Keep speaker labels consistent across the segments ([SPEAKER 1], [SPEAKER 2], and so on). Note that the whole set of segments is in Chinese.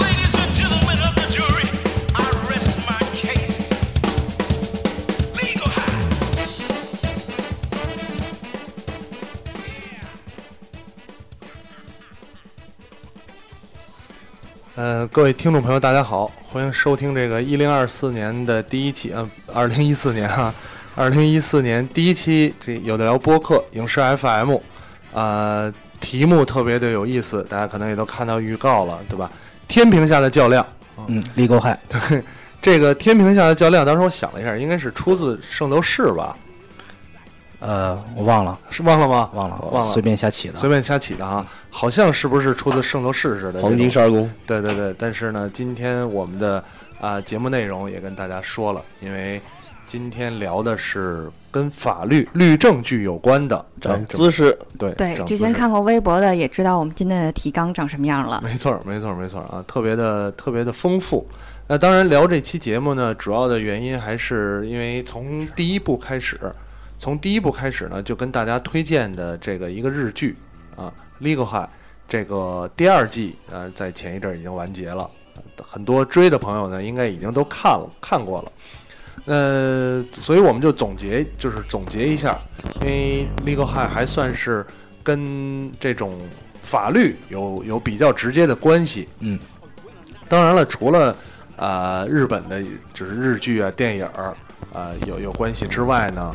[SPEAKER 1] Ladies and gentlemen of the jury, I rest my case. Legal high.
[SPEAKER 2] 呃，各位听众朋友，大家好，欢迎收听这个一零二四年的第一期，呃，二零一四年啊，二零一四年第一期这有的聊播客影视 FM，呃，题目特别的有意思，大家可能也都看到预告了，对吧？天平下的较量，
[SPEAKER 3] 嗯，立沟害，
[SPEAKER 2] 这个天平下的较量，当时我想了一下，应该是出自《圣斗士》吧？
[SPEAKER 3] 呃，我忘了，
[SPEAKER 2] 是忘了吗？
[SPEAKER 3] 忘了，
[SPEAKER 2] 忘了
[SPEAKER 3] 随便瞎起的。
[SPEAKER 2] 随便瞎起的哈，好像是不是出自《圣斗士》似的这种？
[SPEAKER 4] 黄金十二宫，
[SPEAKER 2] 对对对，但是呢，今天我们的啊、节目内容也跟大家说了，因为今天聊的是跟法律、律政剧有关的
[SPEAKER 4] 长
[SPEAKER 2] 这么
[SPEAKER 4] 姿势，
[SPEAKER 2] 对
[SPEAKER 5] 对，
[SPEAKER 2] 长
[SPEAKER 5] 之
[SPEAKER 2] 姿
[SPEAKER 5] 前
[SPEAKER 2] 势
[SPEAKER 5] 看过微博的也知道我们今天的提纲长什么样了。
[SPEAKER 2] 没错儿，没错儿，没错儿啊，特别的特别的丰富。那当然，聊这期节目呢，主要的原因还是因为从第一部开始，从第一部开始呢，就跟大家推荐的这个一个日剧啊，《Legal High》这个第二季，呃，在前一阵儿已经完结了，很多追的朋友呢，应该已经都看了看过了。呃，所以我们就总结，就是总结一下，因为《Legal High》还算是跟这种法律有有比较直接的关系。
[SPEAKER 3] 嗯，
[SPEAKER 2] 当然了，除了呃日本的就是日剧啊、电影儿啊、有有关系之外呢，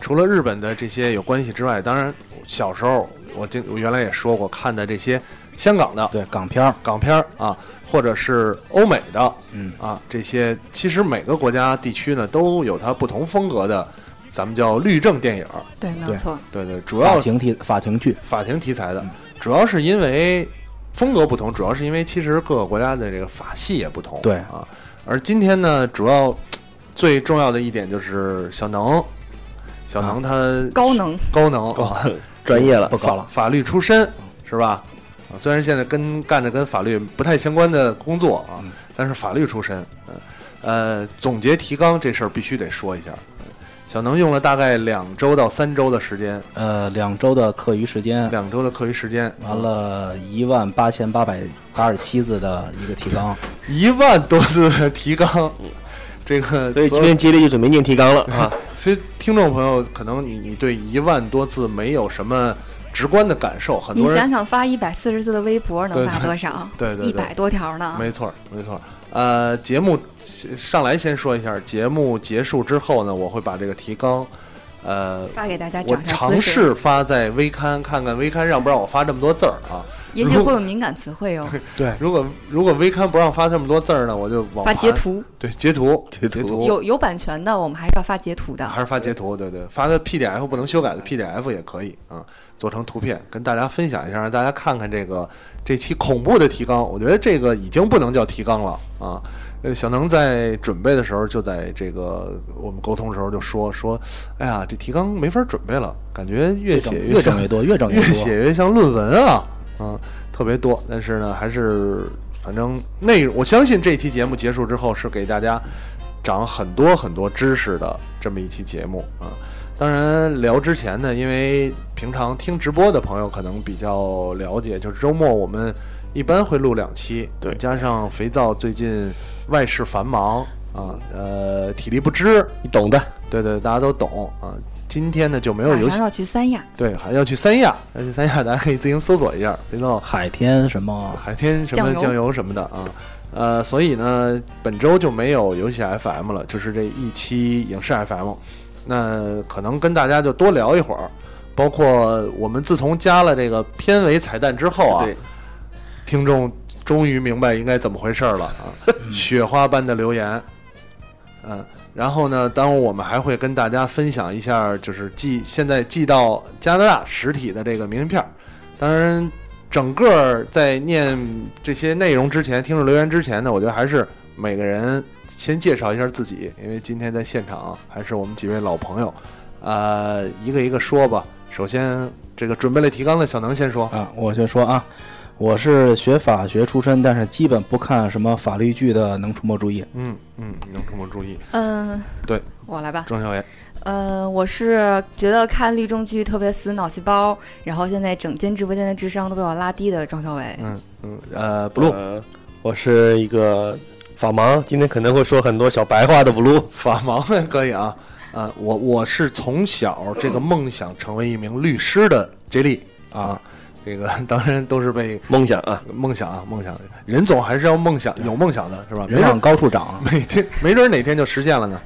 [SPEAKER 2] 除了日本的这些有关系之外，当然小时候我经我原来也说过看的这些香港的
[SPEAKER 3] 对，港片儿，
[SPEAKER 2] 港片儿啊，或者是欧美的，
[SPEAKER 3] 嗯
[SPEAKER 2] 啊，这些其实每个国家地区呢都有它不同风格的，咱们叫律政电影儿。
[SPEAKER 5] 对，没有
[SPEAKER 3] 对
[SPEAKER 5] 错。
[SPEAKER 2] 对对，主
[SPEAKER 3] 法
[SPEAKER 2] 要
[SPEAKER 3] 庭题法庭剧，
[SPEAKER 2] 法庭题材的，主要是因为风格不同，主要是因为其实各个国家的这个法系也不同。
[SPEAKER 3] 对
[SPEAKER 2] 啊，而今天呢，主要最重要的一点就是小能，小能他
[SPEAKER 5] 高能，
[SPEAKER 2] 高能啊
[SPEAKER 4] 哦专业了
[SPEAKER 3] 啊哦不，高
[SPEAKER 2] 法
[SPEAKER 3] 了，
[SPEAKER 2] 法律出身是吧？啊，虽然现在跟干着跟法律不太相关的工作啊，
[SPEAKER 3] 嗯
[SPEAKER 2] 但是法律出身，嗯，呃，总结提纲这事儿必须得说一下。小能用了大概两周到三周的时间，
[SPEAKER 3] 呃，两周的课余时间，
[SPEAKER 2] 两周的课余时间，
[SPEAKER 3] 完了一万八千八百八十七字的一个提纲，
[SPEAKER 2] 一万多字的提纲，这个
[SPEAKER 4] 所以今天接力就准备念提纲了 啊。
[SPEAKER 2] 其实听众朋友可能你你对一万多字没有什么直观的感受，很
[SPEAKER 5] 你
[SPEAKER 2] 多人
[SPEAKER 5] 想想发一百四十字的微博
[SPEAKER 2] 对
[SPEAKER 5] 能发 多少？
[SPEAKER 2] 对对对
[SPEAKER 5] 一百多条呢。
[SPEAKER 2] 没错儿，没错儿。呃，节目上来先说一下，节目结束之后呢，我会把这个提纲，呃，
[SPEAKER 5] 发给大家
[SPEAKER 2] 我
[SPEAKER 5] 长一下
[SPEAKER 2] 尝
[SPEAKER 5] 姿势，
[SPEAKER 2] 试发在微刊，看看微刊让不让我发这么多字儿啊。
[SPEAKER 5] 也 许会有敏感词汇哦。
[SPEAKER 2] 如果如果微刊不让发这么多字儿呢，我就往
[SPEAKER 5] 发
[SPEAKER 2] 盘
[SPEAKER 5] 截，图，
[SPEAKER 2] 对截图，
[SPEAKER 4] 截
[SPEAKER 2] 图，
[SPEAKER 4] 图
[SPEAKER 5] 有有版权的，我们还是要发截图的
[SPEAKER 2] 还。是发截图，对对，发个 PDF 不能修改的 PDF 也可以啊，做成图片跟大家分享一下，让大家看看这个这期恐怖的提纲。我觉得这个已经不能叫提纲了啊。呃，小能在准备的时候，就在这个我们沟通的时候就说说，哎呀，这提纲没法准备了，感觉越写
[SPEAKER 3] 越
[SPEAKER 2] 像
[SPEAKER 3] 整越多，越整
[SPEAKER 2] 越
[SPEAKER 3] 多，
[SPEAKER 2] 写越像论文啊，嗯，特别多。但是呢，还是反正内容，我相信这期节目结束之后是给大家长很多很多知识的这么一期节目啊。当然，聊之前呢，因为平常听直播的朋友可能比较了解，就是周末我们一般会录两期，
[SPEAKER 4] 对
[SPEAKER 2] 加上肥皂最近外事繁忙啊，呃，体力不支，
[SPEAKER 4] 你懂的，
[SPEAKER 2] 对对，大家都懂啊。今天呢就没有
[SPEAKER 5] 马
[SPEAKER 2] 游戏
[SPEAKER 5] 上，要去三亚，
[SPEAKER 2] 对，还要去三亚，要去三亚，大家可以自行搜索一下，肥皂
[SPEAKER 3] 海天什么
[SPEAKER 2] 海天什么
[SPEAKER 5] 酱油
[SPEAKER 2] 酱油什么的啊。呃，所以呢，本周就没有游戏 FM 了，就是这一期影视 FM。那可能跟大家就多聊一会儿，包括我们自从加了这个片尾彩蛋之后啊，
[SPEAKER 4] 对，
[SPEAKER 2] 听众终于明白应该怎么回事儿了啊！雪花般的留言，嗯，然后呢，当然我们还会跟大家分享一下，就是寄现在寄到加拿大实体的这个明信片儿。当然，整个儿在念这些内容之前，听众留言之前呢，我觉得还是每个人先介绍一下自己，因为今天在现场还是我们几位老朋友，呃，一个一个说吧。首先，这个准备了提纲的小能先说，
[SPEAKER 3] 啊？我就说啊，我是学法学出身，但是基本不看什么法律剧的，能出没注意。
[SPEAKER 2] 嗯嗯，能这么注意。
[SPEAKER 5] 嗯，
[SPEAKER 2] 对，
[SPEAKER 5] 我来吧。
[SPEAKER 2] 庄小伟，
[SPEAKER 5] 呃，我是觉得看律政剧特别死脑细胞，然后现在整间直播间的智商都被我拉低的庄小伟。
[SPEAKER 2] 嗯嗯呃，blue
[SPEAKER 4] 呃我是一个法盲，今天可能会说很多小白话的 blue。
[SPEAKER 2] 法盲也可以啊。啊，我我是从小这个梦想成为一名律师的 J 莉啊，这个当然都是被
[SPEAKER 4] 梦想啊，
[SPEAKER 2] 梦想啊梦想，人总还是要梦想有梦想的是吧？没
[SPEAKER 3] 人
[SPEAKER 2] 准
[SPEAKER 3] 往高处长。
[SPEAKER 2] 每天没准哪天就实现了呢。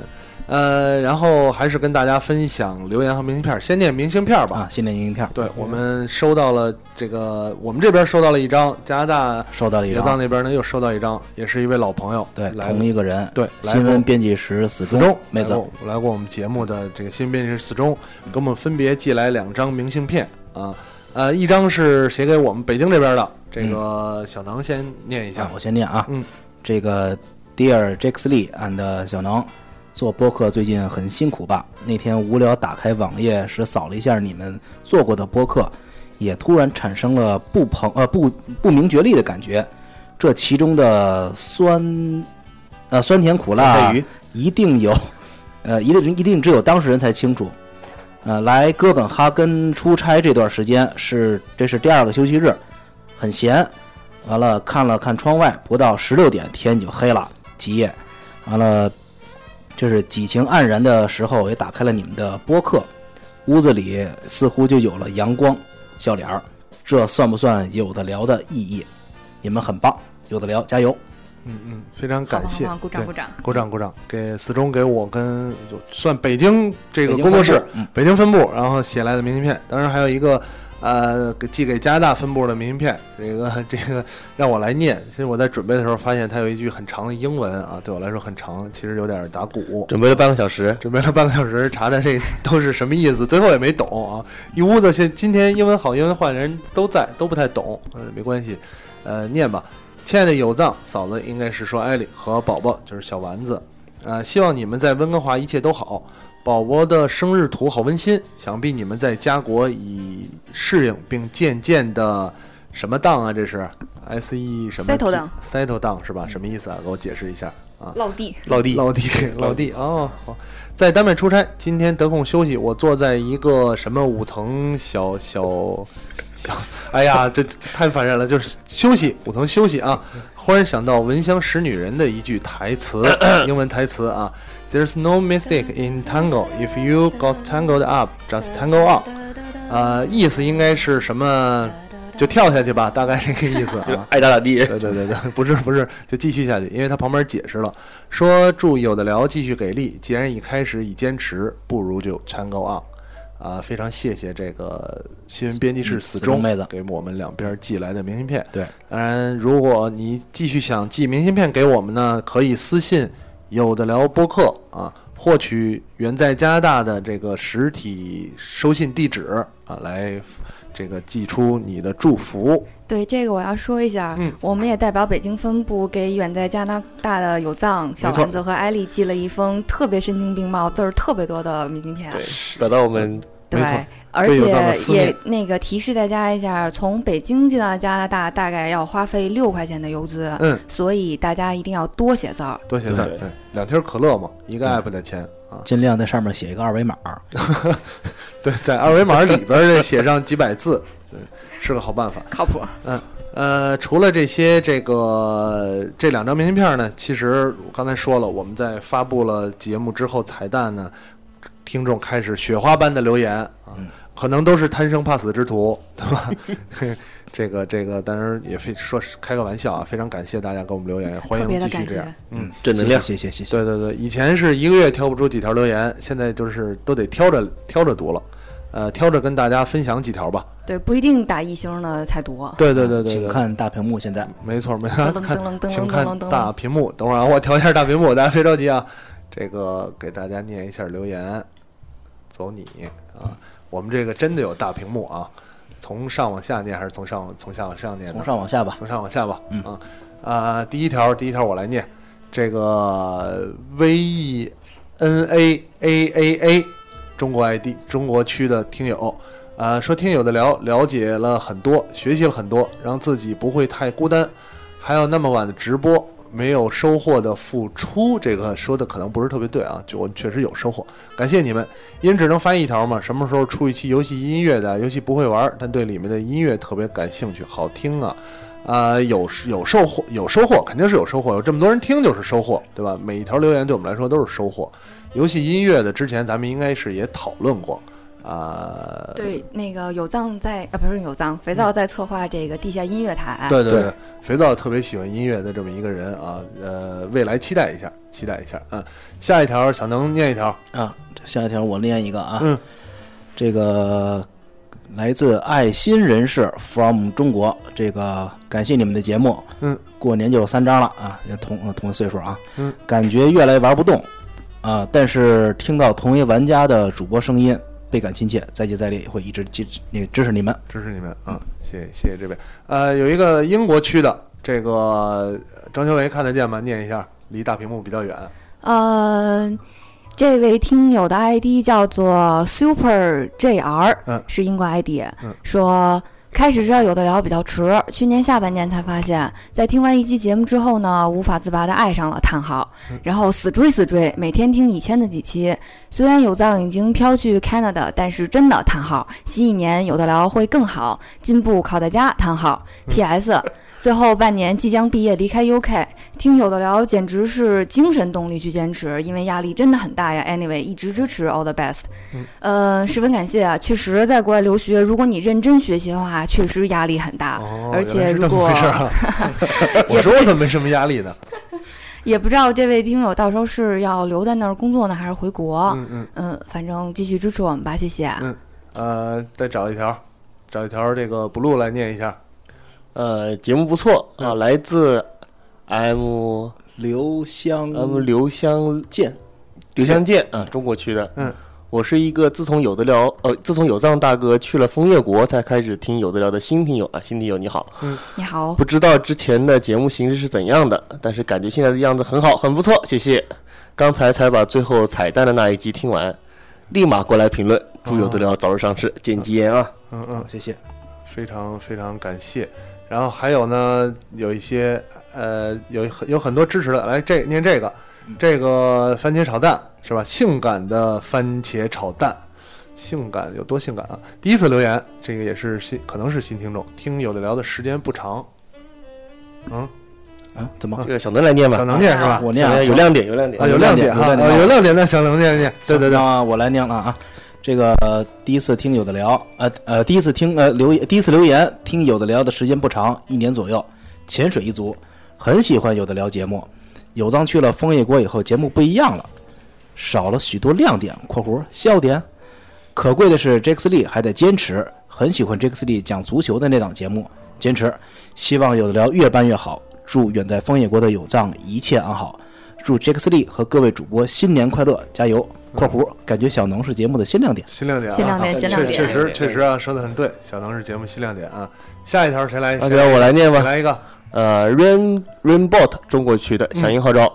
[SPEAKER 2] 嗯呃，然后还是跟大家分享留言和明信片儿，先念明信片儿吧。
[SPEAKER 3] 啊，新年明信片
[SPEAKER 2] 对我们收到了这个，我们这边收到了一张，加拿大
[SPEAKER 3] 收到了一
[SPEAKER 2] 也藏
[SPEAKER 3] 张，
[SPEAKER 2] 那边呢又收到一张，也是一位老朋友，
[SPEAKER 3] 对，
[SPEAKER 2] 来
[SPEAKER 3] 同一个人，
[SPEAKER 2] 对来
[SPEAKER 3] 新
[SPEAKER 2] 过
[SPEAKER 3] 闻编辑室死
[SPEAKER 2] 死忠
[SPEAKER 3] 忠妹子
[SPEAKER 2] 来，过来过我们节目的这个新闻编辑是死忠，给我们分别寄来两张明信片啊，呃，一张是写给我们北京这边的，这个小囊先念一下
[SPEAKER 3] 嗯啊，我先念啊，
[SPEAKER 2] 嗯，
[SPEAKER 3] 这个 Dear Jake Lee and 小能，做播客最近很辛苦吧？那天无聊打开网页时扫了一下你们做过的播客，也突然产生了不朋呃不不明觉厉的感觉，这其中的酸呃酸甜苦
[SPEAKER 4] 酸
[SPEAKER 3] 辣
[SPEAKER 4] 菜鱼
[SPEAKER 3] 一定有，呃一定一定只有当事人才清楚。呃，来哥本哈根出差这段时间是这是第二个休息日，很闲，完了看了看窗外，不到十六点天就黑了，极夜。完了，就是几情黯然的时候，也打开了你们的播客，屋子里似乎就有了阳光、笑脸儿，这算不算有的聊的意义？你们很棒，有的聊，加油！
[SPEAKER 2] 嗯嗯，非常
[SPEAKER 5] 好
[SPEAKER 2] 感
[SPEAKER 5] 棒好
[SPEAKER 2] 谢，
[SPEAKER 5] 棒，鼓掌
[SPEAKER 2] 对
[SPEAKER 5] 鼓掌！
[SPEAKER 2] 鼓掌鼓掌，给死忠给我跟就算北京这个
[SPEAKER 3] 这
[SPEAKER 2] 工作室，
[SPEAKER 3] 嗯，
[SPEAKER 2] 北京分部，然后写来的明信片，当然还有一个呃给寄给加拿大分部的明信片，这个 这个让我来念。其实我在准备的时候发现它有一句很长的英文啊，对我来说很长，其实有点打鼓。
[SPEAKER 4] 准备了半个小时，
[SPEAKER 2] 准备了半个小时，查查这都是什么意思，最后也没懂啊。一屋子现今天英文好、英文坏的人都在，都不太懂，呃，没关系，呃，念吧。亲爱的有藏嫂子，应该是说艾莉和宝宝，就是小丸子，呃，希望你们在温哥华一切都好。宝宝的生日图好温馨，想必你们在家国已适应并渐渐的什么档啊？这是 S E 什么
[SPEAKER 5] Settle down
[SPEAKER 2] settle down 是吧？什么意思啊？给我解释一下啊。
[SPEAKER 5] 落地，
[SPEAKER 4] 落地。
[SPEAKER 2] 老弟，老弟哦，好，在单位出差，今天得空休息，我坐在一个什么五层小小小，哎呀，这这太烦人了，就是休息五层休息啊。忽然想到《闻香识女人》的一句台词，英文台词啊，There's no mistake in tango. If you got tangled up, just tango up. 呃，意思应该是什么？就跳下去吧，大概这个意思
[SPEAKER 4] 就
[SPEAKER 2] 啊。
[SPEAKER 4] 爱咋咋地，
[SPEAKER 2] 对对对对，不是不是，就继续下去，因为他旁边解释了，说祝有的聊继续给力，既然已开始已坚持，不如就 c go on。啊，非常谢谢这个新闻编辑室
[SPEAKER 3] 嗯
[SPEAKER 2] 死
[SPEAKER 3] 死忠
[SPEAKER 2] 忠
[SPEAKER 3] 妹子
[SPEAKER 2] 给我们两边寄来的明信片。
[SPEAKER 3] 对，
[SPEAKER 2] 当然，如果你继续想寄明信片给我们呢，可以私信有的聊播客啊，获取原在加拿大的这个实体收信地址啊，来这个寄出你的祝福。
[SPEAKER 5] 对这个我要说一下，啊
[SPEAKER 2] 嗯
[SPEAKER 5] 我们也代表北京分部给远在加拿大的有藏、小
[SPEAKER 2] 错
[SPEAKER 5] 丸子和艾丽寄了一封特别深情并茂、字儿特别多的明信片。啊
[SPEAKER 4] 对，表达我们
[SPEAKER 2] 没错
[SPEAKER 5] 对，而
[SPEAKER 2] 对有藏的思
[SPEAKER 5] 且
[SPEAKER 2] 念
[SPEAKER 5] 也那个提示大家一下，从北京寄到加拿大大概要花费六块钱的邮资，
[SPEAKER 2] 嗯，
[SPEAKER 5] 所以大家一定要多写字儿。
[SPEAKER 2] 多写字儿
[SPEAKER 4] 对，
[SPEAKER 2] 嗯两瓶可乐嘛，一个 app 的钱啊。
[SPEAKER 3] 尽量在上面写一个二维码。
[SPEAKER 2] 对，在二维码里边儿写上几百字，对，是个好办法。
[SPEAKER 5] 靠谱，
[SPEAKER 2] 呃，除了这些，这个这两张明信片呢，其实我刚才说了，我们在发布了节目之后，彩蛋呢，听众开始雪花般的留言啊，可能都是贪生怕死之徒，对吧？ 这个这个，当然也非说是开个玩笑啊，非常感谢大家给我们留言，欢
[SPEAKER 5] 特别
[SPEAKER 2] 迎
[SPEAKER 5] 的
[SPEAKER 2] 继续
[SPEAKER 5] 感
[SPEAKER 2] 这样
[SPEAKER 5] 谢。。
[SPEAKER 2] 嗯，
[SPEAKER 4] 正能量。
[SPEAKER 3] 谢谢谢谢谢谢。
[SPEAKER 2] 对对对，以前是一个月挑不出几条留言，现在就是都得挑着挑着读了，呃，挑着跟大家分享几条吧。
[SPEAKER 5] 对，不一定打一星的才多。
[SPEAKER 2] 对对对对，
[SPEAKER 3] 请
[SPEAKER 2] 对，
[SPEAKER 3] 看大屏幕现在。
[SPEAKER 2] 没错没错
[SPEAKER 5] 噔，噔噔噔噔噔
[SPEAKER 2] 请
[SPEAKER 5] 噔
[SPEAKER 2] 看
[SPEAKER 5] 噔噔
[SPEAKER 2] 大屏幕。等会儿啊，我调一下大屏幕，大家别着急啊。这个给大家念一下留言，走你
[SPEAKER 5] 嗯
[SPEAKER 2] 啊！我们这个真的有大屏幕啊，从上往下念还是从上从下往上念呢？
[SPEAKER 3] 从上往下吧。
[SPEAKER 2] 从上往下吧。
[SPEAKER 3] 嗯
[SPEAKER 2] 啊，啊，第一条，第一条我来念，这个 V E N A A A A 中国 ID 中国区的听友，啊，说听友的聊了解了很多，学习了很多，让自己不会太孤单。还有那么晚的直播，没有收获的付出，这个说的可能不是特别对啊，就我确实有收获，感谢你们。因只能发一条嘛，什么时候出一期游戏音乐的？游戏不会玩，但对里面的音乐特别感兴趣，好听啊。啊、有有收获，有收获，肯定是有收获。有这么多人听就是收获，对吧？每一条留言对我们来说都是收获。游戏音乐的之前咱们应该是也讨论过，啊、
[SPEAKER 5] 对，那个有藏在啊，不是有藏，肥皂在策划这个地下音乐台。
[SPEAKER 2] 对对
[SPEAKER 3] 对
[SPEAKER 2] 对，肥皂特别喜欢音乐的这么一个人啊，呃，未来期待一下，期待一下啊。下一条小能念一条，
[SPEAKER 3] 啊，下一条我念一个啊，
[SPEAKER 2] 嗯
[SPEAKER 3] 这个来自爱心人士 from 中国，这个感谢你们的节目，
[SPEAKER 2] 嗯，
[SPEAKER 3] 过年就三张了啊，也同呃同岁数啊，
[SPEAKER 2] 嗯，
[SPEAKER 3] 感觉越来越玩不动啊，但是听到同为玩家的主播声音，倍感亲切，再接再厉，会一直支那支持你们，
[SPEAKER 2] 支持你们啊，谢谢谢谢这位。呃，有一个英国区的这个呃张修为看得见吗？念一下，离大屏幕比较远。
[SPEAKER 5] 啊呃，这位听友的 ID 叫做 Super JR，、
[SPEAKER 2] 嗯
[SPEAKER 5] 是英国 ID，、
[SPEAKER 2] 嗯
[SPEAKER 5] 说。开始知道有的聊比较迟，去年下半年才发现，在听完一期节目之后呢，无法自拔的爱上了叹号，然后死追死追，每天听以前的几期。虽然有藏已经飘去 Canada，但是真的叹号，新一年有的聊会更好，进步靠大家叹号。P.S.
[SPEAKER 2] 嗯
[SPEAKER 5] 最后半年即将毕业离开 U.K，听有的聊简直是精神动力去坚持，因为压力真的很大呀。Anyway，一直支持 all the best，、呃，
[SPEAKER 2] 嗯
[SPEAKER 5] 十分感谢啊！确实，在国外留学，如果你认真学习的话，确实压力很大，
[SPEAKER 2] 哦，原
[SPEAKER 5] 而
[SPEAKER 2] 来
[SPEAKER 5] 且
[SPEAKER 2] 是
[SPEAKER 5] 如
[SPEAKER 2] 这么
[SPEAKER 5] 果
[SPEAKER 2] 回事啊， 我说我怎么没什么压力呢？
[SPEAKER 5] 也不知道这位听友到时候是要留在那儿工作呢，还是回国。
[SPEAKER 2] 嗯嗯，
[SPEAKER 5] 嗯，反正继续支持我们吧，谢谢。
[SPEAKER 2] 嗯呃，再找一条，找一条这个 blue 来念一下。
[SPEAKER 4] 呃，节目不错啊，来自 M
[SPEAKER 3] 刘香
[SPEAKER 4] M 刘香
[SPEAKER 3] 健，
[SPEAKER 4] 刘香健啊，中国区的。
[SPEAKER 2] 嗯，
[SPEAKER 4] 我是一个自从有的聊，呃，自从有藏大哥去了风月国，才开始听有的聊的新听友啊，新听友你好，
[SPEAKER 5] 你好，
[SPEAKER 4] 不知道之前的节目形式是怎样的，但是感觉现在的样子很好，很不错，谢谢。刚才才把最后彩蛋的那一集听完，立马过来评论，祝有的聊早日上市，见机言啊！
[SPEAKER 2] 嗯嗯，
[SPEAKER 3] 谢谢，
[SPEAKER 2] 非常非常感谢。然后还有呢，有一些呃，有很有很多支持的，来这念这个，这个番茄炒蛋是吧？性感的番茄炒蛋，性感有多性感啊？第一次留言，这个也是新，可能是新听众，听有的聊的时间不长，嗯，
[SPEAKER 3] 啊，怎么
[SPEAKER 4] 这个小能来念吧
[SPEAKER 2] 小，能念是吧？
[SPEAKER 3] 我念
[SPEAKER 4] 小
[SPEAKER 3] 啊
[SPEAKER 4] 能有亮点，有亮
[SPEAKER 2] 啊，
[SPEAKER 4] 点。
[SPEAKER 2] 有亮点哈，
[SPEAKER 3] 有亮点
[SPEAKER 2] 啊有亮点的小能念念，对对对，
[SPEAKER 3] 啊，我来念了啊。这个、呃第一次听有的聊，呃呃，第一次听呃留言，第一次留言听有的聊的时间不长，一年左右，潜水一族，很喜欢有的聊节目。有藏去了枫叶国以后，节目不一样了，少了许多亮点（括弧笑点）。可贵的是，Jax Lee 还在坚持，很喜欢 Jax Lee 讲足球的那档节目，坚持。希望有的聊越办越好，祝远在枫叶国的有藏一切安好，祝 Jax Lee 和各位主播新年快乐，加油！（
[SPEAKER 2] 嗯
[SPEAKER 3] 括弧感觉小能是节目的新亮点，
[SPEAKER 2] 新亮点啊，
[SPEAKER 5] 新亮点，新亮
[SPEAKER 2] 确确
[SPEAKER 5] 点。
[SPEAKER 2] 实确实啊，说的很对，小能是节目新亮点啊。下一条谁来？谁
[SPEAKER 4] 那就让啊我来念吧
[SPEAKER 2] 谁来一个，
[SPEAKER 4] 呃，Rain Rainbot 中国区的响应号召，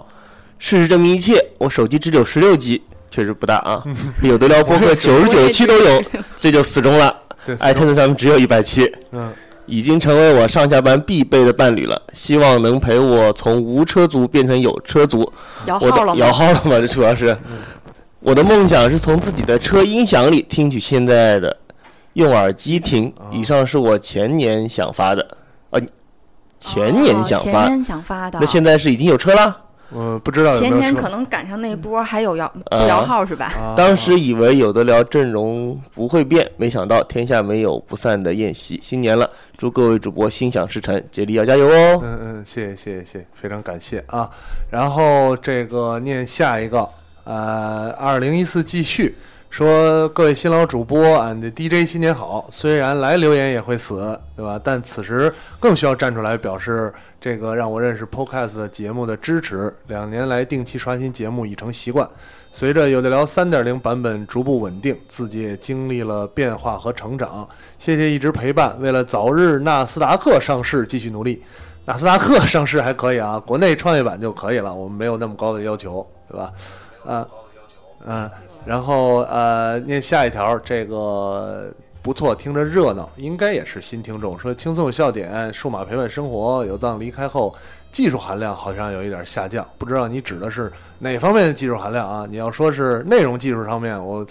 [SPEAKER 4] 事实证明一切。我手机只有十六 G，确实不大 啊。有的聊播客九十九期都有，这就死忠了。
[SPEAKER 2] 对，
[SPEAKER 5] 哎
[SPEAKER 4] iTunes 上面只有一百期，
[SPEAKER 2] 嗯，
[SPEAKER 4] 已经成为我上下班必备的伴侣了。希望能陪我从无车族变成有车族。
[SPEAKER 5] 摇
[SPEAKER 4] 我
[SPEAKER 5] 号
[SPEAKER 4] 的
[SPEAKER 5] 了吗哦
[SPEAKER 4] 摇？号了吗？这主要是我的梦想是从自己的车音响里听取现在的，用耳机听。以上是我前年想发的，呃，前年
[SPEAKER 5] 哦
[SPEAKER 4] 想
[SPEAKER 5] 前
[SPEAKER 4] 发。
[SPEAKER 5] 年想发的。
[SPEAKER 4] 那现在是已经有车了，
[SPEAKER 2] 我不知道有没有
[SPEAKER 5] 前年
[SPEAKER 2] 车
[SPEAKER 5] 可能赶上那波还有摇不
[SPEAKER 4] 呃
[SPEAKER 5] 摇号是吧？
[SPEAKER 2] 啊
[SPEAKER 4] 当时以为有的聊阵容不会变，没想到天下没有不散的宴席。新年了，祝各位主播心想事成，接力要加油哦！
[SPEAKER 2] 嗯嗯，谢谢谢谢谢谢，非常感谢啊。然后这个念下一个，呃，二零一四继续说，各位新老主播 and DJ 新年好。虽然来留言也会死，对吧？但此时更需要站出来表示这个让我认识 Podcast 的节目的支持。两年来定期刷新节目已成习惯。随着有的聊三点零版本逐步稳定，自己也经历了变化和成长。谢谢一直陪伴，为了早日纳斯达克上市，继续努力。纳斯达克上市还可以啊，国内创业板就可以了，我们没有那么高的要求，对吧？啊，嗯、然后呃，念下一条，这个不错，听着热闹，应该也是新听众说轻松有笑点，数码陪伴生活，有藏离开后技术含量好像有一点下降，不知道你指的是哪方面的技术含量啊？你要说是内容技术上面，我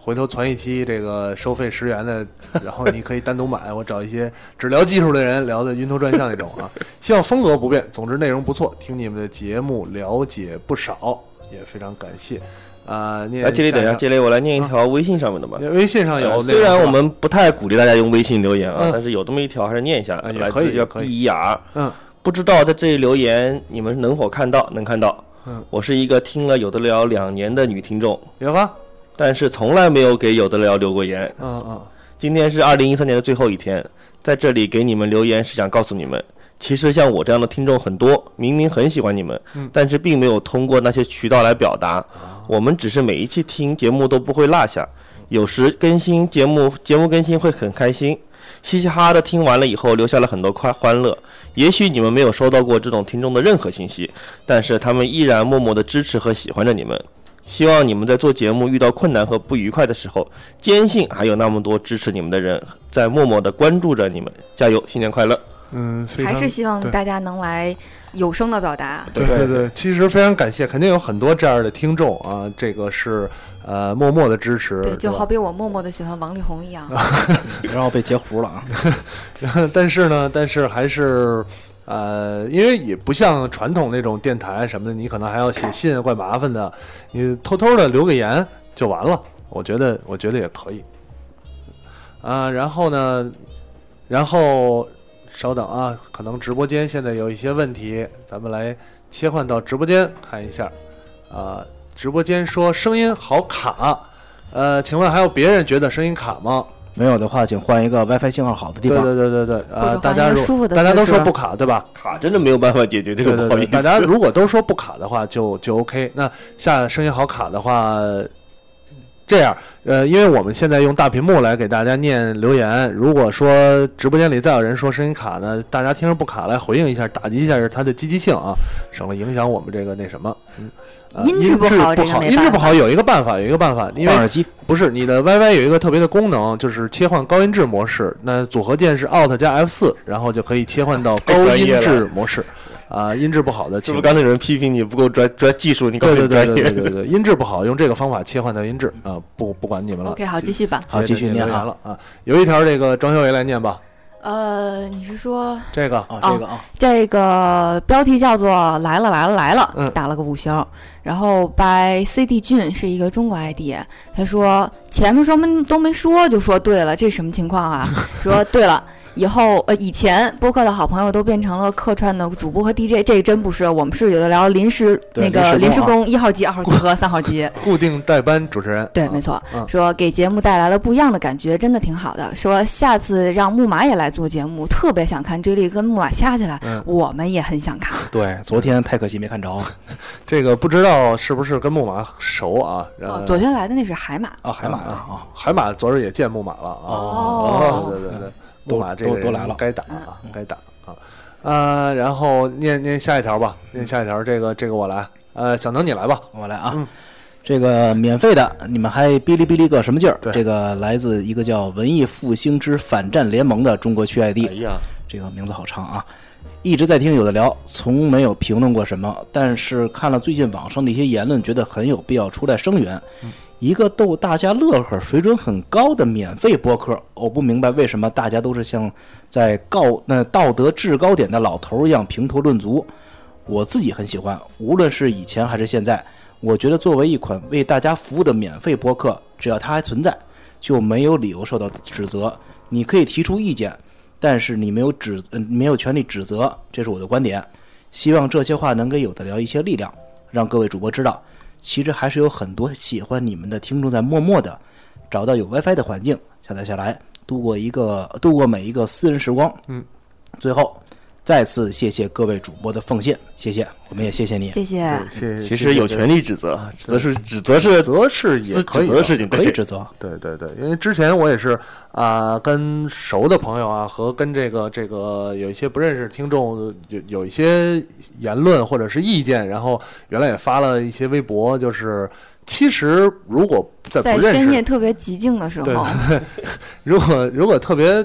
[SPEAKER 2] 回头传一期这个收费十元的，然后你可以单独买，我找一些只聊技术的人聊的晕头转向那种 啊。希望风格不变，总之内容不错，听你们的节目了解不少，也非常感谢。啊、念
[SPEAKER 4] 来，这里等一下，
[SPEAKER 2] 下
[SPEAKER 4] 这里我来念一条微信上面的吧。
[SPEAKER 2] 一微信嗯上有那
[SPEAKER 4] 呃
[SPEAKER 2] 个、
[SPEAKER 4] 虽然我们不太鼓励大家用微信留言啊
[SPEAKER 2] 嗯，
[SPEAKER 4] 但是有这么一条还是念一下，
[SPEAKER 2] 啊也
[SPEAKER 4] 来
[SPEAKER 2] 可以
[SPEAKER 4] 自叫
[SPEAKER 2] 也可
[SPEAKER 4] B
[SPEAKER 2] 以
[SPEAKER 4] E R，
[SPEAKER 2] 嗯，
[SPEAKER 4] 不知道在这里留言你们能否看到？能看到。
[SPEAKER 2] 嗯，
[SPEAKER 4] 我是一个听了有的聊两年的女听众，
[SPEAKER 2] 有吧？
[SPEAKER 4] 但是从来没有给有的聊留过言。
[SPEAKER 2] 嗯嗯，
[SPEAKER 4] 今天是二零一三年的最后一天，在这里给你们留言是想告诉你们，其实像我这样的听众很多，明明很喜欢你们，
[SPEAKER 2] 嗯
[SPEAKER 4] 但是并没有通过那些渠道来表达。我们只是每一期听节目都不会落下，有时更新节目，节目更新会很开心，嘻嘻哈哈的听完了以后，留下了很多快欢乐。也许你们没有收到过这种听众的任何信息，但是他们依然默默的支持和喜欢着你们。希望你们在做节目遇到困难和不愉快的时候，坚信还有那么多支持你们的人在默默的关注着你们，加油，新年快乐！
[SPEAKER 2] 嗯，非
[SPEAKER 5] 还
[SPEAKER 2] 常
[SPEAKER 5] 是希望
[SPEAKER 2] 对
[SPEAKER 5] 大家能来有声的表达。
[SPEAKER 2] 对对对，其实非常感谢，肯定有很多这样的听众啊，这个是呃默默的支持，
[SPEAKER 5] 对，就
[SPEAKER 2] 吧
[SPEAKER 5] 好比我默默的喜欢王力宏一样。
[SPEAKER 2] 啊
[SPEAKER 3] 然后被截胡了啊。
[SPEAKER 2] 但是呢，但是还是呃，因为也不像传统那种电台什么的，你可能还要写信，怪麻烦的，你偷偷的留个言就完了。我觉得，我觉得也可以。啊、然后呢，然后稍等啊，可能直播间现在有一些问题，咱们来切换到直播间看一下。啊、直播间说声音好卡，呃，请问还有别人觉得声音卡吗？
[SPEAKER 3] 没有的话，请换一个 WiFi 信号好的地
[SPEAKER 2] 对
[SPEAKER 3] 方。
[SPEAKER 2] 对对对对，
[SPEAKER 5] 或
[SPEAKER 2] 呃，
[SPEAKER 5] 者
[SPEAKER 2] 大
[SPEAKER 5] 换一
[SPEAKER 2] 家
[SPEAKER 5] 个
[SPEAKER 2] 如
[SPEAKER 5] 舒服的
[SPEAKER 2] 大家
[SPEAKER 5] 姿
[SPEAKER 2] 都说
[SPEAKER 5] 势
[SPEAKER 2] 不卡，对吧？
[SPEAKER 4] 卡真的没有办法解决这
[SPEAKER 2] 对
[SPEAKER 4] 个，不
[SPEAKER 2] 对
[SPEAKER 4] 好
[SPEAKER 2] 对，
[SPEAKER 4] 意思。
[SPEAKER 2] 大家如果都说不卡的话，就就 OK。那下声音好卡的话，这样，呃，因为我们现在用大屏幕来给大家念留言，如果说直播间里再有人说声音卡呢，大家听着不卡来回应一下，打击一下它的积极性啊，省得影响我们这个那什么。嗯呃
[SPEAKER 5] 音质
[SPEAKER 2] 音
[SPEAKER 5] 不
[SPEAKER 2] 质
[SPEAKER 5] 好
[SPEAKER 2] 不
[SPEAKER 5] 这个
[SPEAKER 2] 好，
[SPEAKER 5] 没
[SPEAKER 2] 音质不
[SPEAKER 5] 办法
[SPEAKER 2] 好有一个办法，有一个办法，因为
[SPEAKER 3] 换耳机，
[SPEAKER 2] 不是你的 YY 有一个特别的功能，就是切换高音质模式。那组合键是 Alt 加 F 四，然后就可以切换到高
[SPEAKER 4] 专
[SPEAKER 2] 音
[SPEAKER 4] 业了
[SPEAKER 2] 质模式。啊、音质不好的，
[SPEAKER 4] 是
[SPEAKER 2] 请
[SPEAKER 4] 不是刚才有人批评你不够专专技术？你告
[SPEAKER 2] 对
[SPEAKER 4] 诉
[SPEAKER 2] 对对
[SPEAKER 4] 你专
[SPEAKER 2] 对对对
[SPEAKER 4] 业，
[SPEAKER 2] 对，音质不好，用这个方法切换到音质啊、不不管你们了。
[SPEAKER 5] OK，好，继续吧。
[SPEAKER 3] 好继续
[SPEAKER 2] 着
[SPEAKER 3] 念
[SPEAKER 2] 留言
[SPEAKER 3] 啊
[SPEAKER 2] 了啊。有一条这个张修为来念吧，
[SPEAKER 5] 呃，你是说
[SPEAKER 2] 这个
[SPEAKER 3] 啊，
[SPEAKER 5] 哦
[SPEAKER 3] 这个啊，
[SPEAKER 5] 这个标题叫做“来了来了来了”，
[SPEAKER 2] 嗯
[SPEAKER 5] 打了个五星。然后 by CD 俊是一个中国 ID，他说前面什么都没说就说对了，这什么情况啊？说对了。以后呃，以前播客的好朋友都变成了客串的主播和 DJ，这真不是，我们是有的聊临时
[SPEAKER 3] 对
[SPEAKER 5] 那个
[SPEAKER 3] 临
[SPEAKER 5] 临
[SPEAKER 3] 时
[SPEAKER 5] 时
[SPEAKER 3] 工
[SPEAKER 5] 工一号机、二号机和三号机。
[SPEAKER 2] 固定代班主持人。
[SPEAKER 5] 对，
[SPEAKER 2] 啊
[SPEAKER 5] 没错，
[SPEAKER 2] 嗯
[SPEAKER 5] 说给节目带来了不一样的感觉，真的挺好的。说下次让木马也来做节目，特别想看追丽跟木马掐起来，
[SPEAKER 2] 嗯
[SPEAKER 5] 我们也很想看。
[SPEAKER 3] 对，昨天太可惜没看着啊
[SPEAKER 2] 这个不知道是不是跟木马熟啊？
[SPEAKER 5] 哦
[SPEAKER 2] 呃，
[SPEAKER 5] 昨天来的那是海马，
[SPEAKER 3] 啊，海马啊啊，
[SPEAKER 2] 海马昨儿也见木马了啊。
[SPEAKER 5] 哦
[SPEAKER 2] 对对对，
[SPEAKER 3] 都
[SPEAKER 2] 木马这个人
[SPEAKER 3] 都都来了
[SPEAKER 2] 该打啊，该打啊。呃，然后念念下一条吧，念下一条，这个这个我来。呃，小能你来吧，
[SPEAKER 3] 我来啊
[SPEAKER 2] 嗯。
[SPEAKER 3] 这个免费的，你们还哔哩哔哩个什么劲儿？
[SPEAKER 2] 对
[SPEAKER 3] 这个来自一个叫“文艺复兴之反战联盟”的中国区 ID，
[SPEAKER 4] 哎呀，
[SPEAKER 3] 这个名字好长啊，一直在听有的聊，从没有评论过什么，但是看了最近网上的一些言论，觉得很有必要出来声援。一个逗大家乐呵、水准很高的免费播客，我不明白为什么大家都是像在告那道德制高点的老头儿一样评头论足。我自己很喜欢，无论是以前还是现在，我觉得作为一款为大家服务的免费播客，只要它还存在，就没有理由受到指责。你可以提出意见，但是你没有指，呃、没有权利指责，这是我的观点。希望这些话能给有的聊一些力量，让各位主播知道，其实还是有很多喜欢你们的听众在默默的找到有 WiFi 的环境下载下来，度过一个度过每一个私人时光。
[SPEAKER 2] 嗯，
[SPEAKER 3] 最后再次谢谢各位主播的奉献，谢谢，我们也谢谢你，
[SPEAKER 5] 谢谢。
[SPEAKER 2] 谢谢。
[SPEAKER 4] 其实有权利指责，指责是指责是
[SPEAKER 2] 指责是也
[SPEAKER 4] 是
[SPEAKER 2] 可以
[SPEAKER 4] 指责
[SPEAKER 2] 的
[SPEAKER 4] 的事情，
[SPEAKER 3] 可以
[SPEAKER 4] 对
[SPEAKER 3] 指责，
[SPEAKER 2] 对对对，因为之前我也是啊、跟熟的朋友啊，和跟这个这个有一些不认识听众有有一些言论或者是意见，然后原来也发了一些微博，就是其实如果在
[SPEAKER 5] 在
[SPEAKER 2] 不认识
[SPEAKER 5] 深夜特别寂静的时
[SPEAKER 2] 对
[SPEAKER 5] 候，
[SPEAKER 2] 如果如果特别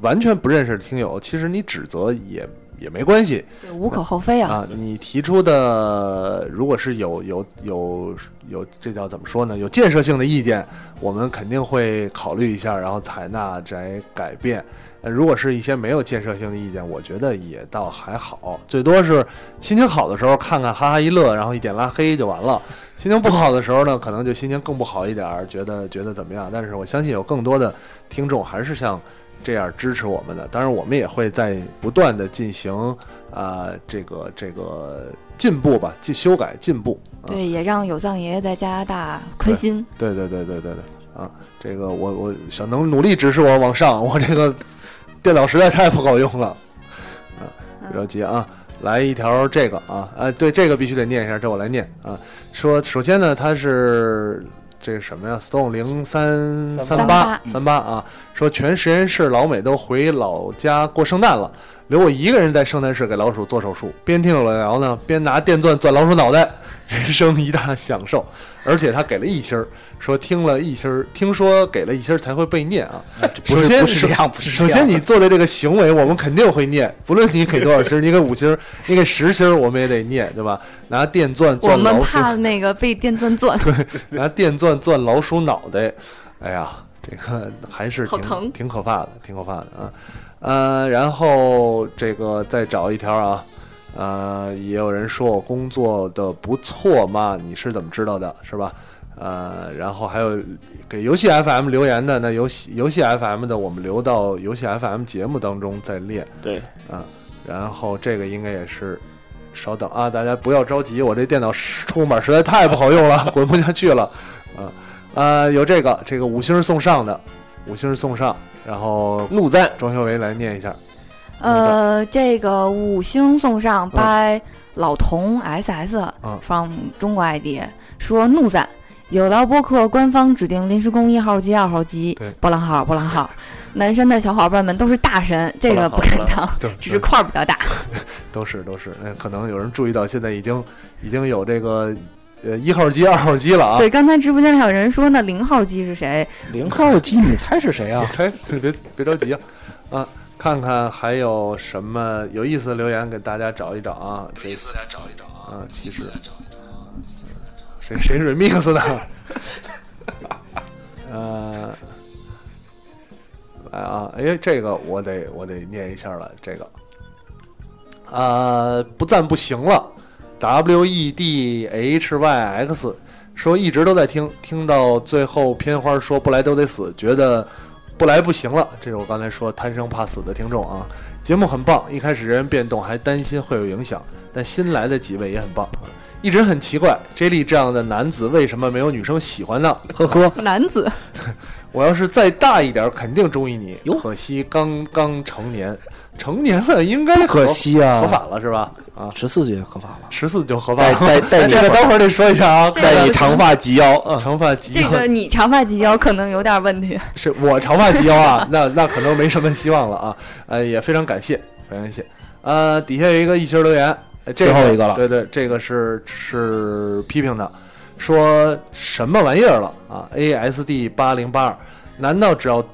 [SPEAKER 2] 完全不认识的听友，其实你指责也也没关系
[SPEAKER 5] 对无可厚非啊。
[SPEAKER 2] 啊。你提出的如果是有有有有这叫怎么说呢？有建设性的意见，我们肯定会考虑一下，然后采纳来改变。呃如果是一些没有建设性的意见，我觉得也倒还好，最多是心情好的时候看看哈哈一乐，然后一点拉黑就完了。心情不好的时候呢，可能就心情更不好一点儿，觉得觉得怎么样？但是我相信有更多的听众还是像这样支持我们的。当然，我们也会在不断的进行啊、呃这个这个进步吧，进修改进步。啊、
[SPEAKER 5] 对，也让有藏爷爷在加拿大宽心。
[SPEAKER 2] 对对对对对对啊！这个我我小能努力指示我往上，我这个电脑实在太不好用了啊！
[SPEAKER 5] 嗯
[SPEAKER 2] 不要急啊，来一条这个啊，哎，对，这个必须得念一下，这我来念啊。说首先呢，它是这是什么呀？Stone 零三三八三八啊，说全实验室老美都回老家过圣诞了。留我一个人在圣诞室给老鼠做手术，边听有聊呢，边拿电钻钻老鼠脑袋， 人生一大享受。而且他给了一星儿，说听了一星儿，听说给了一星儿才会被念啊。
[SPEAKER 3] 不
[SPEAKER 2] 首
[SPEAKER 3] 是
[SPEAKER 2] 先
[SPEAKER 3] 不哎是
[SPEAKER 2] 首
[SPEAKER 3] 这样，不是这
[SPEAKER 2] 首
[SPEAKER 3] 样
[SPEAKER 2] 先你做的这个行为，我们肯定会念，不论你给多少星儿，你给五星儿，你给十星儿，我们也得念，对吧？拿电钻
[SPEAKER 5] 我
[SPEAKER 2] 钻
[SPEAKER 5] 们
[SPEAKER 2] 老鼠，
[SPEAKER 5] 怕那个被电 钻钻，
[SPEAKER 2] 拿电钻钻老鼠脑袋，哎呀，这个还是
[SPEAKER 5] 好
[SPEAKER 2] 挺
[SPEAKER 5] 疼
[SPEAKER 2] 挺可怕的，挺可怕的啊。呃，然后这个再找一条啊，呃，也有人说我工作的不错嘛，你是怎么知道的，是吧？呃，然后还有给游戏 FM 留言的，那游戏游戏 FM 的，我们留到游戏 FM 节目当中再列。
[SPEAKER 4] 对，
[SPEAKER 2] 然后这个应该也是，稍等啊，大家不要着急，我这电脑实出门实在太不好用了， 滚不下去了，啊啊，有这个这个五星送上的，五星送上，然后
[SPEAKER 4] 怒赞
[SPEAKER 2] 庄修为来念一下，
[SPEAKER 5] 呃，这个五星送上 by 老童 SS
[SPEAKER 2] 嗯
[SPEAKER 5] from 中国 ID 说怒赞。有聊播客官方指定临时工一号机、二号机
[SPEAKER 2] 对，
[SPEAKER 5] 波浪号、波浪号，南山的小伙伴们都是大神，这个不
[SPEAKER 4] 波浪
[SPEAKER 5] 敢
[SPEAKER 4] 号
[SPEAKER 5] 当，
[SPEAKER 2] 对，
[SPEAKER 5] 只是块儿比较大。
[SPEAKER 2] 都是都是，嗯那可能有人注意到现在已经已经有这个呃一号机、二号机了啊，
[SPEAKER 5] 对，刚才直播间里还有人说那零号机是谁？
[SPEAKER 3] 零号机，你猜是谁啊
[SPEAKER 2] 你？猜， 别别着急啊，啊，看看还有什么有意思的留言给大家找一找啊，有意思大家找一找啊，其实 谁谁 remix 的？呃，来啊，哎，这个我得我得念一下了，这个，呃，不赞不行了，W E D H Y X 说一直都在听，听到最后片花说不来都得死，觉得不来不行了。这是我刚才说贪生怕死的听众啊。节目很棒，一开始人员变动还担心会有影响，但新来的几位也很棒。啊一直很奇怪，J 莉这样的男子为什么没有女生喜欢呢？呵呵，
[SPEAKER 5] 男子，
[SPEAKER 2] 我要是再大一点，肯定中意你
[SPEAKER 3] 哟。
[SPEAKER 2] 可惜刚刚成年，成年了应该合
[SPEAKER 3] 可惜啊，
[SPEAKER 2] 合法了是吧？啊，
[SPEAKER 3] 十四就合法了。
[SPEAKER 2] 十四就合法
[SPEAKER 4] 带
[SPEAKER 2] 了。
[SPEAKER 4] 带带 你
[SPEAKER 2] 这个等会儿得说一下啊，
[SPEAKER 5] 这个
[SPEAKER 4] 带你长发及腰，嗯
[SPEAKER 2] 啊长发及
[SPEAKER 5] 这
[SPEAKER 2] 腰。
[SPEAKER 5] 个你长发及腰可能有点问题。
[SPEAKER 2] 是我长发及腰啊，那那可能没什么希望了啊。呃，也非常感谢，非常感谢。呃，底下有一个一星留言，呃这个、
[SPEAKER 3] 最后一个了
[SPEAKER 2] 对对，这个是是批评的，说什么玩意儿了啊？ASD 八零八二，难道只要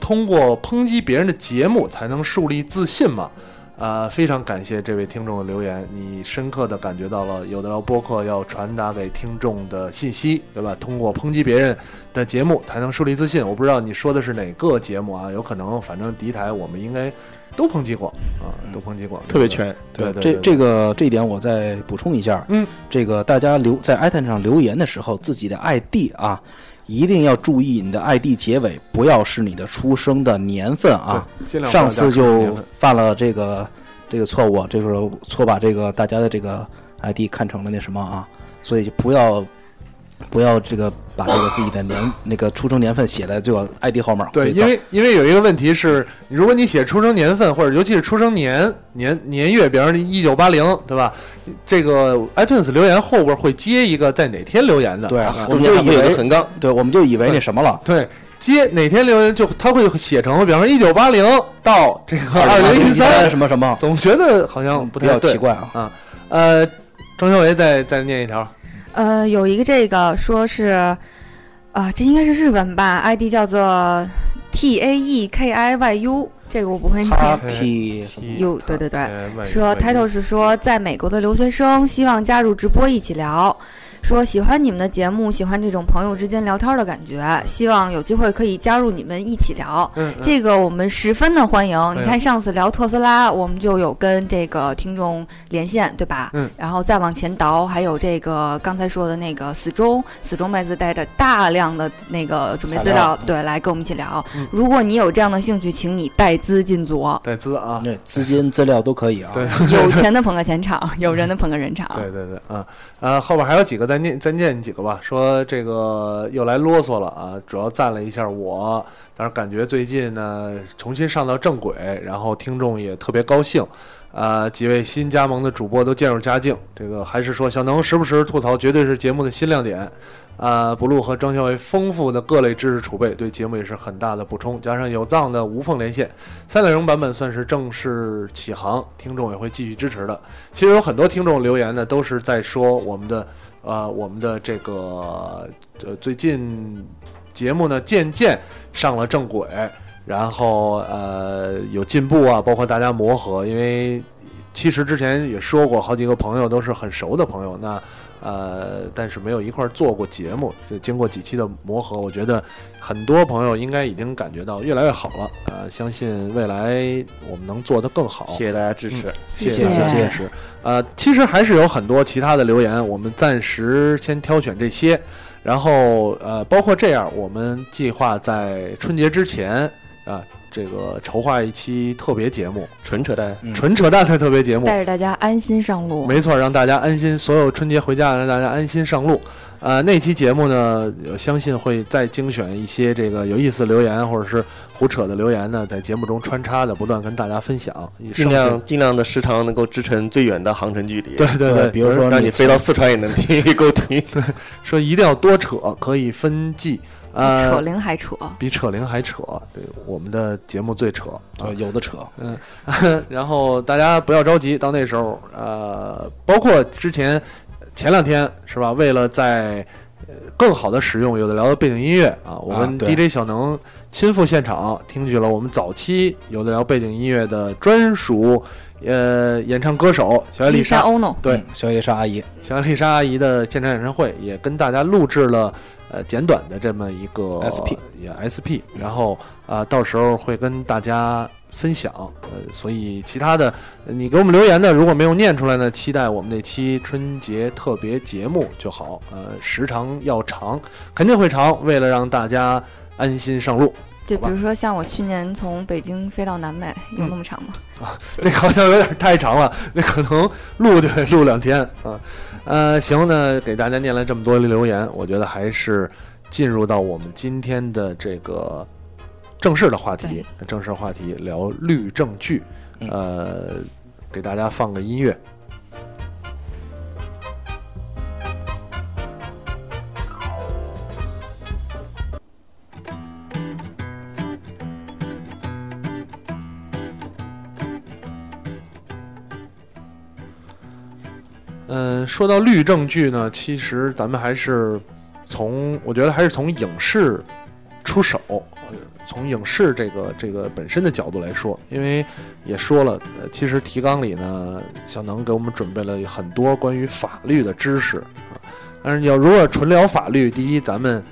[SPEAKER 2] 通过抨击别人的节目才能树立自信吗？呃，非常感谢这位听众的留言，你深刻的感觉到了有的聊播客要传达给听众的信息，对吧？通过抨击别人的节目才能树立自信。我不知道你说的是哪个节目啊？有可能，反正敌台我们应该都抨击过啊，都抨击过，
[SPEAKER 4] 特别全。
[SPEAKER 2] 对。对对，
[SPEAKER 3] 这
[SPEAKER 2] 对
[SPEAKER 3] 这个这一点我再补充一下，
[SPEAKER 2] 嗯，
[SPEAKER 3] 这个大家留在 iTunes 上留言的时候，自己的 ID 啊，一定要注意你的 ID 结尾不要是你的出生的年份啊。
[SPEAKER 2] 对尽量不要
[SPEAKER 3] 上次
[SPEAKER 2] 加重年
[SPEAKER 3] 就
[SPEAKER 2] 份
[SPEAKER 3] 犯了这个这个错误，这时候错把这个大家的这个 ID 看成了那什么啊，所以就不要不要这个把这个自己的年那个出生年份写在这个 ID 后面，
[SPEAKER 2] 对，
[SPEAKER 3] 会
[SPEAKER 2] 因为因为有一个问题是，如果你写出生年份或者尤其是出生年年年月，比方说一九八零，对吧？这个 iTunes 留言后边会接一个在哪天留言的，
[SPEAKER 3] 造对
[SPEAKER 4] 啊，，
[SPEAKER 3] 我们
[SPEAKER 4] 中间
[SPEAKER 3] 就
[SPEAKER 4] 还会
[SPEAKER 3] 以
[SPEAKER 4] 有一个
[SPEAKER 3] 为
[SPEAKER 4] 横杠，
[SPEAKER 3] 对，我们就以为那什么了。
[SPEAKER 2] 对，接哪天留言就他会写成，比方说一九八零到这个二零一三，
[SPEAKER 3] 什么什么，
[SPEAKER 2] 总觉得好像嗯不
[SPEAKER 3] 比
[SPEAKER 2] 太
[SPEAKER 3] 较
[SPEAKER 2] 对
[SPEAKER 3] 奇怪啊。
[SPEAKER 2] 啊。呃，庄修为再再念一条，
[SPEAKER 5] 呃，有一个这个说是，啊、这应该是日文吧，ID 叫做 T A E K I Y U，这个我不会念。
[SPEAKER 3] Happy 什么
[SPEAKER 5] 有对对对
[SPEAKER 2] 对
[SPEAKER 5] 说 title 是说在美国的留学生希望加入直播一起聊，说喜欢你们的节目，喜欢这种朋友之间聊天的感觉，希望有机会可以加入你们一起聊。
[SPEAKER 2] 嗯，嗯
[SPEAKER 5] 这个我们十分的欢迎。
[SPEAKER 2] 呀
[SPEAKER 5] 你看上次聊特斯拉，我们就有跟这个听众连线，对吧？
[SPEAKER 2] 嗯。
[SPEAKER 5] 然后再往前倒，还有这个刚才说的那个死忠，死忠妹子带着大量的那个准备资
[SPEAKER 3] 材料
[SPEAKER 5] 料，对，来跟我们一起聊。
[SPEAKER 2] 嗯，
[SPEAKER 5] 如果你有这样的兴趣，请你带资进组
[SPEAKER 2] 带资啊，
[SPEAKER 3] 对，资金资料都可以啊。
[SPEAKER 2] 对
[SPEAKER 5] 有钱的捧个钱场， 有人的捧个人场。
[SPEAKER 2] 对对对，啊啊，后边还有几个，再念再念几个吧。说这个又来啰嗦了啊，主要赞了一下我，但是感觉最近呢重新上到正轨，然后听众也特别高兴。啊，几位新加盟的主播都渐入佳境，这个还是说小能时不时吐槽，绝对是节目的新亮点。啊、b l u e 和张小伟丰富的各类知识储备对节目也是很大的补充，加上有藏的无缝连线，三点零版本算是正式起航，听众也会继续支持的。其实有很多听众留言呢，都是在说我们的呃我们的这个呃最近节目呢渐渐上了正轨，然后呃有进步啊，包括大家磨合，因为其实之前也说过，好几个朋友都是很熟的朋友，那呃但是没有一块儿做过节目，就经过几期的磨合，我觉得很多朋友应该已经感觉到越来越好了，呃，相信未来我们能做得更好。嗯
[SPEAKER 4] 谢谢大家支持。
[SPEAKER 2] 谢
[SPEAKER 5] 谢
[SPEAKER 2] 谢
[SPEAKER 5] 谢
[SPEAKER 2] 支持。呃，其实还是有很多其他的留言，我们暂时先挑选这些，然后呃，包括这样，我们计划在春节之前啊、这个筹划一期特别节目，
[SPEAKER 4] 纯扯淡，
[SPEAKER 3] 嗯
[SPEAKER 2] 纯扯淡的特别节目，
[SPEAKER 5] 带着大家安心上路。
[SPEAKER 2] 没错，让大家安心，所有春节回家让大家安心上路。呃，那期节目呢，呃相信会再精选一些这个有意思的留言或者是胡扯的留言呢，在节目中穿插的，不断跟大家分享，
[SPEAKER 4] 尽
[SPEAKER 2] 剩下
[SPEAKER 4] 量尽量的时长能够支撑最远的航程距离。
[SPEAKER 2] 对对对，
[SPEAKER 3] 比如说
[SPEAKER 4] 让你飞到四川也能听， 也 够听。
[SPEAKER 2] 说一定要多扯，可以分季，
[SPEAKER 5] 扯
[SPEAKER 2] 呃，
[SPEAKER 5] 铃还扯，
[SPEAKER 2] 比扯铃还扯，对，我们的节目最扯啊
[SPEAKER 3] 呃。有的扯，
[SPEAKER 2] 然后大家不要着急，到那时候，呃，包括之前前两天是吧？为了在呃更好的使用有的聊的背景音乐啊，我们
[SPEAKER 3] 对
[SPEAKER 2] DJ 小能亲赴现场，听取了我们早期有的聊背景音乐的专属呃演唱歌手小野丽呃莎
[SPEAKER 5] ono，
[SPEAKER 2] 对
[SPEAKER 3] 嗯，小野莎阿姨，
[SPEAKER 2] 小丽莎阿姨的现场演唱会，也跟大家录制了呃简短的这么一个
[SPEAKER 3] SP
[SPEAKER 2] 也 SP，然后啊、呃到时候会跟大家分享，呃，所以其他的呃你给我们留言的，如果没有念出来呢，期待我们那期春节特别节目就好，呃，时长要长，肯定会长，为了让大家安心上路，
[SPEAKER 5] 对，
[SPEAKER 2] 好吧嗯
[SPEAKER 5] 比如说像我去年从北京飞到南美，有那么长吗？
[SPEAKER 2] 那好像有点太长了，那可能录就得 录两天啊。呃，行，那给大家念了这么多的留言，我觉得还是进入到我们今天的这个正式的话题，正式话题聊律政剧，
[SPEAKER 3] 嗯
[SPEAKER 2] 呃，给大家放个音乐。嗯，说到律政剧呢，其实咱们还是从，我觉得还是从影视出手，呃从影视这个这个本身的角度来说，因为也说了，呃，其实提纲里呢，小能给我们准备了很多关于法律的知识啊。但是要如果纯聊法律，第一，咱们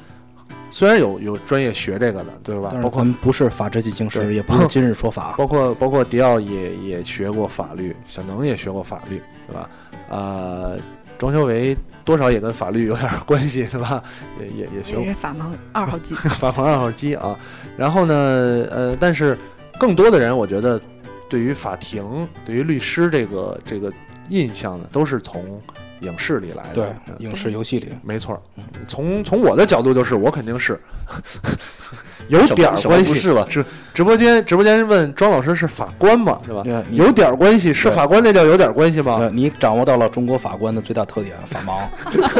[SPEAKER 2] 虽然有有专业学这个的，对吧？
[SPEAKER 3] 但
[SPEAKER 2] 包
[SPEAKER 3] 是咱
[SPEAKER 2] 括
[SPEAKER 3] 们不是法制进行时，
[SPEAKER 2] 对
[SPEAKER 3] 也不是今日说法，
[SPEAKER 2] 包括包括迪奥也也学过法律，小能也学过法律，对吧？呃，庄修为多少也跟法律有点儿关系，对吧？也也也学
[SPEAKER 5] 这
[SPEAKER 2] 过
[SPEAKER 5] 是法盲二号机。
[SPEAKER 2] 法房二号机啊。然后呢，呃，但是更多的人，我觉得对于法庭、对于律师这个这个印象呢，都是从影视里来的。
[SPEAKER 3] 对
[SPEAKER 2] 嗯，
[SPEAKER 3] 影视游戏里，
[SPEAKER 2] 没错儿
[SPEAKER 3] 嗯，
[SPEAKER 2] 从从我的角度就是，我肯定 是有
[SPEAKER 4] 什么
[SPEAKER 2] 点儿
[SPEAKER 4] 什么
[SPEAKER 2] 关
[SPEAKER 4] 不
[SPEAKER 2] 系。
[SPEAKER 4] 是吧？
[SPEAKER 2] 直直播间直播间问庄老师是法官吗？对吧？
[SPEAKER 3] 对，你
[SPEAKER 2] 有点儿关系，是
[SPEAKER 3] 对
[SPEAKER 2] 法官那叫有点儿关系吗
[SPEAKER 3] 对？你掌握到了中国法官的最大特点——法 盲。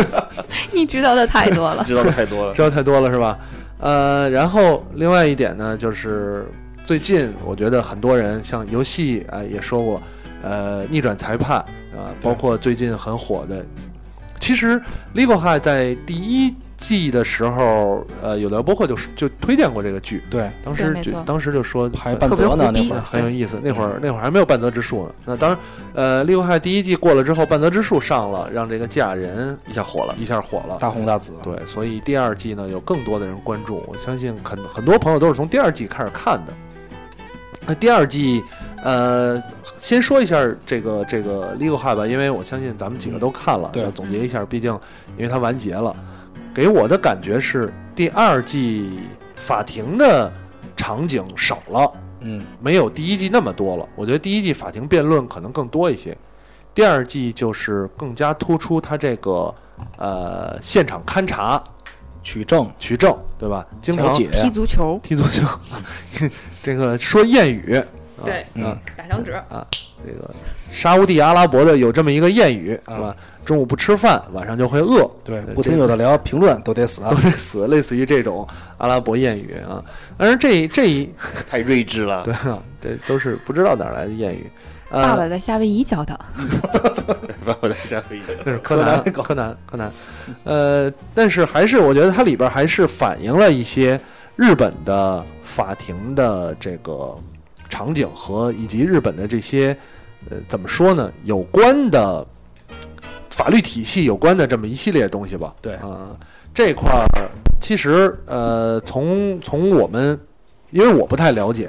[SPEAKER 5] 你知道的太多 了。
[SPEAKER 4] 知道的太多了。
[SPEAKER 2] 知道太多了是吧？呃，然后另外一点呢，就是最近我觉得很多人像游戏呃啊、也说过，呃，逆转裁判啊、包括最近很火的《其实 Legal High 在第一季的时候，呃，有聊播客就就推荐过这个剧，
[SPEAKER 3] 对，
[SPEAKER 2] 当
[SPEAKER 5] 对
[SPEAKER 2] 时
[SPEAKER 5] 没
[SPEAKER 2] 就
[SPEAKER 5] 错
[SPEAKER 2] 当时就说
[SPEAKER 3] 还
[SPEAKER 2] 呃
[SPEAKER 3] 半泽呢
[SPEAKER 5] 特别
[SPEAKER 3] 那
[SPEAKER 5] 胡逼
[SPEAKER 2] 呃
[SPEAKER 3] 会儿，
[SPEAKER 2] 很
[SPEAKER 4] 哎
[SPEAKER 2] 有意思，那会儿那会儿还没有半泽之树呢。那当然，呃，《利物派》第一季过了之后，半泽之树上了，让这个嫁人
[SPEAKER 4] 一下火了。
[SPEAKER 2] 一下火了。
[SPEAKER 3] 大红大紫，
[SPEAKER 2] 对，所以第二季呢，有更多的人关注。我相信很很多朋友都是从第二季开始看的。那第二季，呃，先说一下这个这个《Legal High》吧，因为我相信咱们几个都看了，
[SPEAKER 3] 对
[SPEAKER 2] 要总结一下，毕竟因为它完结了，给我的感觉是第二季法庭的场景少了。
[SPEAKER 3] 嗯，
[SPEAKER 2] 没有第一季那么多了。我觉得第一季法庭辩论可能更多一些，第二季就是更加突出它这个呃现场勘查、
[SPEAKER 3] 取证
[SPEAKER 2] 取证，对吧？经
[SPEAKER 3] 调
[SPEAKER 2] 常
[SPEAKER 3] 解，
[SPEAKER 6] 踢足球，
[SPEAKER 2] 踢足球， 这个说谚语，啊
[SPEAKER 6] 对
[SPEAKER 2] 啊
[SPEAKER 3] 嗯，
[SPEAKER 6] 打响指，
[SPEAKER 2] 这个沙乌地阿拉伯的有这么一个谚语，是
[SPEAKER 3] 啊
[SPEAKER 2] 吧？中午不吃饭，晚上就会饿。
[SPEAKER 3] 对，
[SPEAKER 2] 对
[SPEAKER 3] 不
[SPEAKER 2] 这
[SPEAKER 3] 听有的聊，评论都得死啊
[SPEAKER 2] 都，得死，类似于这种阿拉伯谚语啊，但是这这一
[SPEAKER 4] 太睿智了
[SPEAKER 2] 对，啊，这都是不知道哪儿来的谚语。呃、
[SPEAKER 5] 爸爸在夏威夷教的，
[SPEAKER 4] 把我的下回忆。
[SPEAKER 2] 这是柯南，柯南，柯南。呃，但是还是我觉得它里边还是反映了一些日本的法庭的这个场景和以及日本的这些呃怎么说呢，有关的法律体系有关的这么一系列东西吧。
[SPEAKER 3] 对
[SPEAKER 2] 啊、这块儿其实呃，从从我们，因为我不太了解。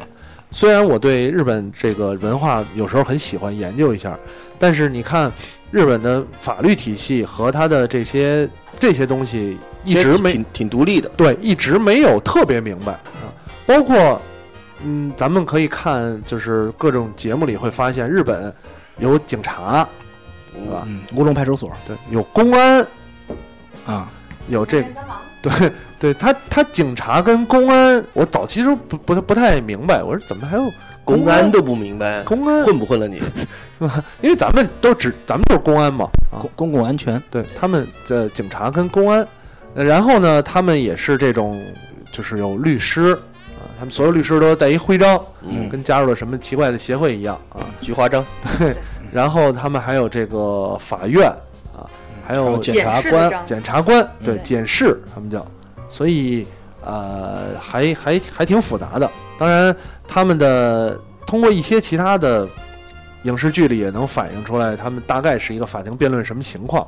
[SPEAKER 2] 虽然我对日本这个文化有时候很喜欢研究一下，但是你看，日本的法律体系和它的这些这些东西一直没
[SPEAKER 4] 挺挺独立的，
[SPEAKER 2] 对，一直没有特别明白啊。包括嗯，咱们可以看，就是各种节目里会发现，日本有警察，对
[SPEAKER 4] 哦
[SPEAKER 2] 吧？
[SPEAKER 3] 嗯，乌龙派出所
[SPEAKER 2] 对，有公安，
[SPEAKER 3] 啊，
[SPEAKER 2] 有这对 他他警察跟公安，我早期时候不不不太明白，我说怎么还有
[SPEAKER 4] 公
[SPEAKER 2] 公
[SPEAKER 4] 安都不明白，
[SPEAKER 2] 公安？
[SPEAKER 4] 混不混了你？
[SPEAKER 2] 因为咱们都只咱们就是公安嘛，啊
[SPEAKER 3] 公公共安全，
[SPEAKER 2] 对他们的警察跟公安，呃然后呢，他们也是这种，就是有律师啊，他们所有律师都带一徽章，
[SPEAKER 4] 嗯，
[SPEAKER 2] 跟加入了什么奇怪的协会一样啊。
[SPEAKER 4] 菊花章，
[SPEAKER 2] 然后他们还有这个法院啊，还有
[SPEAKER 3] 检察
[SPEAKER 6] 视的
[SPEAKER 3] 官，
[SPEAKER 6] 章，
[SPEAKER 2] 检察官，嗯对，
[SPEAKER 5] 对
[SPEAKER 2] 检视他们叫，所以呃，还还还挺复杂的。当然，他们的通过一些其他的影视剧里也能反映出来，他们大概是一个法庭辩论什么情况。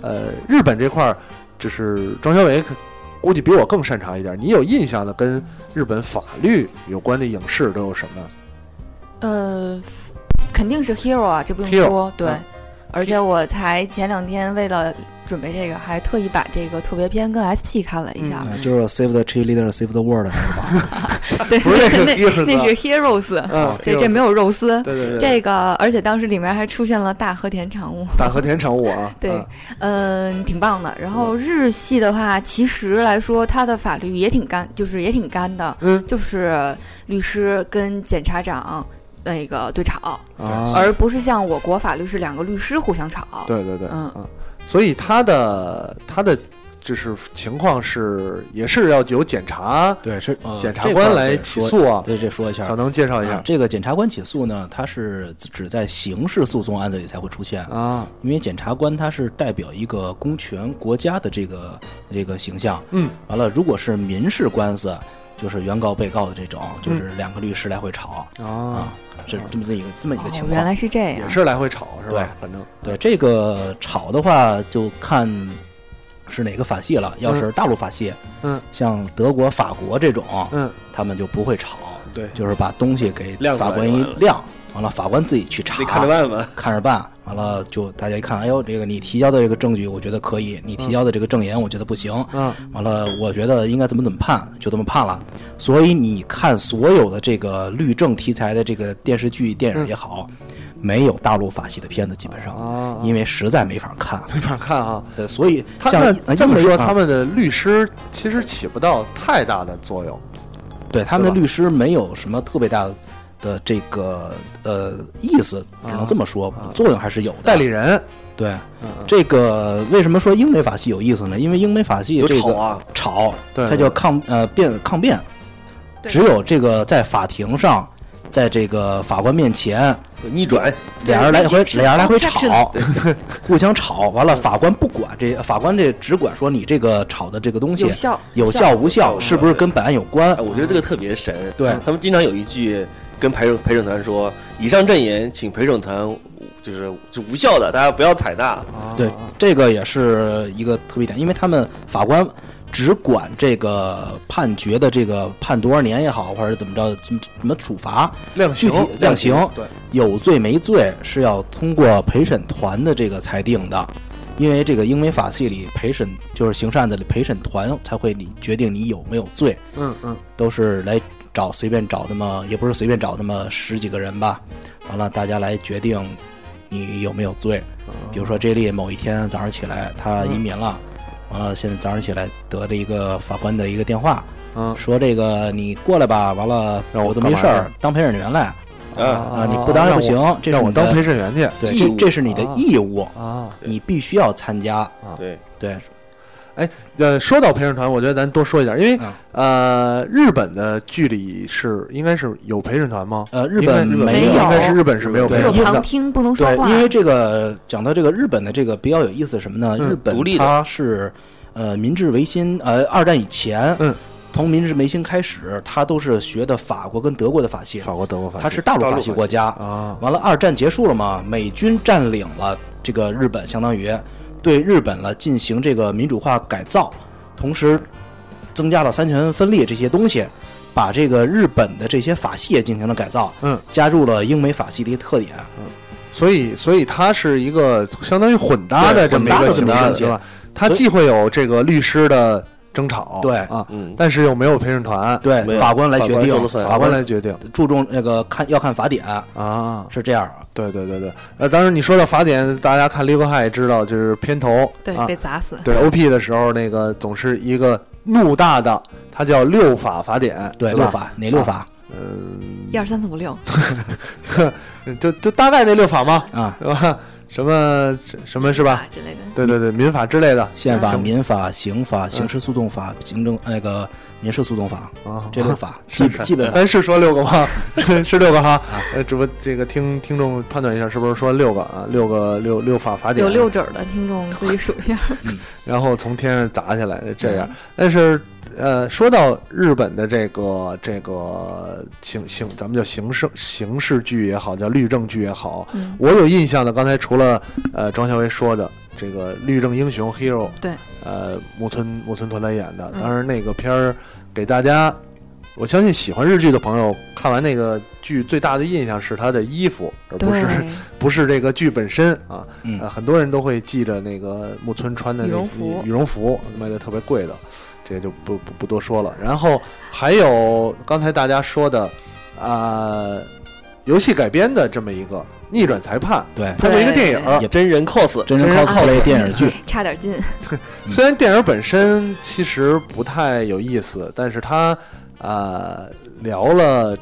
[SPEAKER 2] 呃，日本这块儿，就是庄小伟可估计比我更擅长一点。你有印象的跟日本法律有关的影视都有什么？
[SPEAKER 5] 呃，
[SPEAKER 6] 肯定是 hero 啊，这不用
[SPEAKER 2] Hero，
[SPEAKER 6] 说，对
[SPEAKER 2] 嗯。
[SPEAKER 5] 而
[SPEAKER 6] 而且我才前两天为了准备这个，还特意把这个特别篇跟 SP 看了一下，
[SPEAKER 3] 啊，就是 Save the Cheerleader, Save the World 那个吧，
[SPEAKER 6] 对，
[SPEAKER 2] 不是那 个
[SPEAKER 6] 那
[SPEAKER 2] Heroes
[SPEAKER 6] 那
[SPEAKER 2] 啊
[SPEAKER 6] 是 heroes，
[SPEAKER 2] 啊
[SPEAKER 6] 对，哦这没有肉丝。
[SPEAKER 2] 对对对，
[SPEAKER 6] 这个，而且当时里面还出现了大和田常务，
[SPEAKER 2] 大和田常务啊，
[SPEAKER 6] 对
[SPEAKER 2] 啊
[SPEAKER 6] 嗯，挺棒的。然后日系的话，其实来说，它的法律也挺干，就是也挺干的，
[SPEAKER 2] 嗯
[SPEAKER 6] 就是律师跟检察长那个对吵，
[SPEAKER 2] 啊，
[SPEAKER 6] 而不是像我国法律是两个律师互相吵。
[SPEAKER 2] 对对对，
[SPEAKER 6] 嗯
[SPEAKER 2] 嗯，所以他的他的就是情况是也是要由检察
[SPEAKER 3] 对，是呃
[SPEAKER 2] 检察官来起，诉啊
[SPEAKER 3] 这块儿得说，对，这说一下
[SPEAKER 2] 小。能介绍一
[SPEAKER 3] 啊
[SPEAKER 2] 下，
[SPEAKER 3] 这个检察官起诉呢，它是只在刑事诉讼案子里才会出现，
[SPEAKER 2] 啊，
[SPEAKER 3] 因为检察官他是代表一个公权国家的这个这个形象。
[SPEAKER 2] 嗯，
[SPEAKER 3] 完了，如果是民事官司，就是原告被告的这种，就是两个律师来回吵、
[SPEAKER 2] 嗯啊
[SPEAKER 3] 啊，，这这么一个这么一
[SPEAKER 6] 哦
[SPEAKER 3] 个情，
[SPEAKER 6] 原
[SPEAKER 3] 况。
[SPEAKER 6] 来是这
[SPEAKER 2] 也
[SPEAKER 6] 样。
[SPEAKER 2] 是来回吵是吧
[SPEAKER 3] 对？
[SPEAKER 2] 反正
[SPEAKER 3] 对这个吵的话，就看是哪个法系了。要是大陆法系，
[SPEAKER 2] 嗯，
[SPEAKER 3] 像德国、法国这种，
[SPEAKER 2] 嗯，
[SPEAKER 3] 他们就不会吵，
[SPEAKER 4] 对
[SPEAKER 3] 就是把东西给
[SPEAKER 4] 亮出来
[SPEAKER 3] 法官一
[SPEAKER 4] 就完了
[SPEAKER 3] 亮，完了法官自己去查，
[SPEAKER 4] 得看着办吧。
[SPEAKER 3] 看着办。完了就大家一看，哎呦，这个你提交的这个证据，我觉得可以；你提交的这个证言，我觉得不行。
[SPEAKER 2] 嗯，
[SPEAKER 3] 完了，我觉得应该怎么怎么判，就这么判了。所以你看所有的这个律政题材的这个电视剧、电影也好，没有大陆法系的片子，基本上，
[SPEAKER 2] 嗯啊
[SPEAKER 3] 因为实在没法看。
[SPEAKER 2] 没法看啊。
[SPEAKER 3] 呃，所以
[SPEAKER 2] 他
[SPEAKER 3] 像
[SPEAKER 2] 那
[SPEAKER 3] 呃
[SPEAKER 2] 这
[SPEAKER 3] 英
[SPEAKER 2] 么
[SPEAKER 3] 美
[SPEAKER 2] 说，
[SPEAKER 3] 啊
[SPEAKER 2] 他们的律师其实起不到太大的作用
[SPEAKER 3] 对他们
[SPEAKER 2] 对
[SPEAKER 3] 的
[SPEAKER 2] 吧
[SPEAKER 3] 律师没有什么特别大的这个呃意思，只能这么说，作用还是有的。
[SPEAKER 2] 代理人，
[SPEAKER 3] 对
[SPEAKER 2] 啊嗯嗯
[SPEAKER 3] 这个为什么说英美法系有意思呢？因为英美法系
[SPEAKER 4] 有
[SPEAKER 3] 这
[SPEAKER 4] 吵
[SPEAKER 3] 个
[SPEAKER 4] 啊
[SPEAKER 3] 吵，
[SPEAKER 2] 对
[SPEAKER 3] 它叫抗呃辩抗辩，
[SPEAKER 6] 对
[SPEAKER 3] 只有这个在法庭上，在这个法官面前，
[SPEAKER 4] 逆转，
[SPEAKER 3] 俩人来回
[SPEAKER 6] 对
[SPEAKER 3] 俩人来回
[SPEAKER 6] 是的
[SPEAKER 3] 吵， 互相吵，
[SPEAKER 2] 嗯
[SPEAKER 3] 完了法官不管这法官这只管说你这个吵的这个东西
[SPEAKER 6] 有效
[SPEAKER 3] 有效无效
[SPEAKER 2] 嗯
[SPEAKER 3] 是不是跟本案有关
[SPEAKER 4] 哎，？我觉得这个特别神。
[SPEAKER 3] 对
[SPEAKER 4] 他们经常有一句跟陪审陪审团说：“以上证言，请陪审团就是是无效的，大家不要采纳。
[SPEAKER 2] 啊哦
[SPEAKER 3] 对，这个也是一个特别点，因为他们法官只管这个判决的这个判多少年也好，或者怎么着怎么怎么处罚，
[SPEAKER 2] 量
[SPEAKER 3] 具
[SPEAKER 2] 刑
[SPEAKER 3] 体量刑
[SPEAKER 2] 对，
[SPEAKER 3] 有罪没罪是要通过陪审团的这个裁定的，因为这个英美法系里陪审就是刑事案子里陪审团才会你决定你有没有罪，
[SPEAKER 2] 嗯嗯，
[SPEAKER 3] 都是来找随便找那么也不是随便找那么十几个人吧，完了大家来决定你有没有罪。比如说 J 莉某一天早上起来他移民了，完了现在早上起来得了一个法官的一个电话，
[SPEAKER 2] 嗯
[SPEAKER 3] 说这我你过来吧，完了
[SPEAKER 2] 让我
[SPEAKER 3] 我都没
[SPEAKER 2] 干
[SPEAKER 3] 事
[SPEAKER 2] 嘛
[SPEAKER 3] 儿
[SPEAKER 2] 呀，
[SPEAKER 3] 当陪审员来。”
[SPEAKER 4] 啊，
[SPEAKER 3] 啊，你不当然不行，这是
[SPEAKER 2] 让我
[SPEAKER 3] 你的
[SPEAKER 2] 当陪审员去
[SPEAKER 3] 对，
[SPEAKER 4] 义务
[SPEAKER 3] 这这是你的
[SPEAKER 2] 啊
[SPEAKER 3] 义务，
[SPEAKER 2] 啊。
[SPEAKER 3] 你必须要参加。
[SPEAKER 4] 对，
[SPEAKER 3] 对，
[SPEAKER 2] 呃，说到陪审团，我觉得咱多说一点，因为
[SPEAKER 3] 嗯
[SPEAKER 2] 呃，日本的剧里是应该是有陪审团吗？
[SPEAKER 3] 呃，日
[SPEAKER 2] 应该
[SPEAKER 3] 本没
[SPEAKER 6] 有
[SPEAKER 2] 应该是日本是没有陪
[SPEAKER 3] 对
[SPEAKER 6] 只
[SPEAKER 2] 审
[SPEAKER 6] 有
[SPEAKER 2] 团
[SPEAKER 3] 因为
[SPEAKER 6] 旁听不能说
[SPEAKER 3] 对，
[SPEAKER 6] 话，
[SPEAKER 3] 因为这个讲到这个日本的这个比较有意思是什么呢？
[SPEAKER 2] 嗯
[SPEAKER 3] 日本
[SPEAKER 4] 独立的
[SPEAKER 3] 它是呃明治维新，呃二战以前，
[SPEAKER 2] 嗯，
[SPEAKER 3] 从明治维新开始，它都是学的法国跟德国的法系，
[SPEAKER 2] 法国、德国、法
[SPEAKER 3] 它是大陆法系国家。
[SPEAKER 2] 啊，
[SPEAKER 3] 完了，二战结束了嘛，美军占领了这个日本，相当于对日本了进行这个民主化改造，同时增加了三权分立这些东西，把这个日本的这些法系也进行了改造，
[SPEAKER 2] 嗯，
[SPEAKER 3] 加入了英美法系的一个特点，
[SPEAKER 2] 所以所以它是一个相当于混搭的
[SPEAKER 3] 对
[SPEAKER 2] 这么
[SPEAKER 3] 混
[SPEAKER 2] 一
[SPEAKER 3] 搭
[SPEAKER 2] 个
[SPEAKER 3] 的
[SPEAKER 2] 情
[SPEAKER 3] 这么一个
[SPEAKER 2] 况，
[SPEAKER 3] 东西
[SPEAKER 2] 对吧？它既会有这个律师的争吵，
[SPEAKER 3] 对
[SPEAKER 2] 啊，
[SPEAKER 4] 嗯，
[SPEAKER 2] 但是又没有陪审团，
[SPEAKER 3] 对
[SPEAKER 4] 没，有
[SPEAKER 3] 法官来
[SPEAKER 4] 法
[SPEAKER 3] 决
[SPEAKER 4] 官说了
[SPEAKER 3] 定，
[SPEAKER 4] 算
[SPEAKER 3] 法
[SPEAKER 2] 法官
[SPEAKER 3] 官
[SPEAKER 2] 来决定
[SPEAKER 3] 注重那个看要看法典，
[SPEAKER 2] 啊。
[SPEAKER 3] 是这样啊。
[SPEAKER 2] 对对对对，呃，当然你说到法典，大家看《legal high》也知道，就是片头
[SPEAKER 6] 对
[SPEAKER 2] 啊
[SPEAKER 6] 被砸 死。
[SPEAKER 2] 对 OP 的时候，那个总是一个怒大的，它叫六法法典，
[SPEAKER 3] 对，
[SPEAKER 2] 是
[SPEAKER 3] 六
[SPEAKER 2] 吧？
[SPEAKER 3] 法哪六法
[SPEAKER 6] 一二三四五六，
[SPEAKER 2] 嗯就就大概那六法嘛，
[SPEAKER 3] 啊？
[SPEAKER 2] 是吧？什么什么是吧？
[SPEAKER 6] 啊之类的。
[SPEAKER 2] 对对对，民法之类的
[SPEAKER 3] 宪法、
[SPEAKER 2] 行
[SPEAKER 3] 民法、刑法、刑事诉讼法、行政那个民事诉讼法
[SPEAKER 2] 啊，
[SPEAKER 3] 这 六法，
[SPEAKER 2] 是
[SPEAKER 3] 基
[SPEAKER 2] 是
[SPEAKER 3] 基本
[SPEAKER 2] 咱是说六个吗？是是六个哈，
[SPEAKER 3] 啊
[SPEAKER 2] 呃，只不过这个听听众判断一下，是不是说六个啊？六个六六法法典
[SPEAKER 6] 有，六指儿的听众自己数一下，
[SPEAKER 2] 然后从天上砸下来这
[SPEAKER 3] 嗯
[SPEAKER 2] 样。但是呃，说到日本的这个这个刑刑，咱们叫刑事刑事剧也好，叫律政剧也好，
[SPEAKER 6] 嗯
[SPEAKER 2] 我有印象的，刚才除了呃庄小薇说的这个律政英雄 Hero，
[SPEAKER 6] 对，
[SPEAKER 2] 呃木村木村拓哉演的，
[SPEAKER 6] 嗯
[SPEAKER 2] 当然那个片儿给大家，我相信喜欢日剧的朋友看完那个剧最大的印象是他的衣服，而不是 不是这个剧本身啊、
[SPEAKER 3] 嗯
[SPEAKER 2] 呃很多人都会记着那个木村穿的那
[SPEAKER 6] 羽绒服
[SPEAKER 2] 羽绒服卖的特别贵的，这个就不不不多说了。然后还有刚才大家说的啊、呃游戏改编的这么一个逆转裁判。
[SPEAKER 3] 对，
[SPEAKER 2] 它为一个电影儿
[SPEAKER 3] 也
[SPEAKER 4] 真人 cos，
[SPEAKER 3] 真人
[SPEAKER 2] 真人
[SPEAKER 3] cosplay
[SPEAKER 2] cosplay
[SPEAKER 3] 电视剧，
[SPEAKER 6] 差点进。
[SPEAKER 2] 虽然电影本身其实不太有意思，但是它呃聊了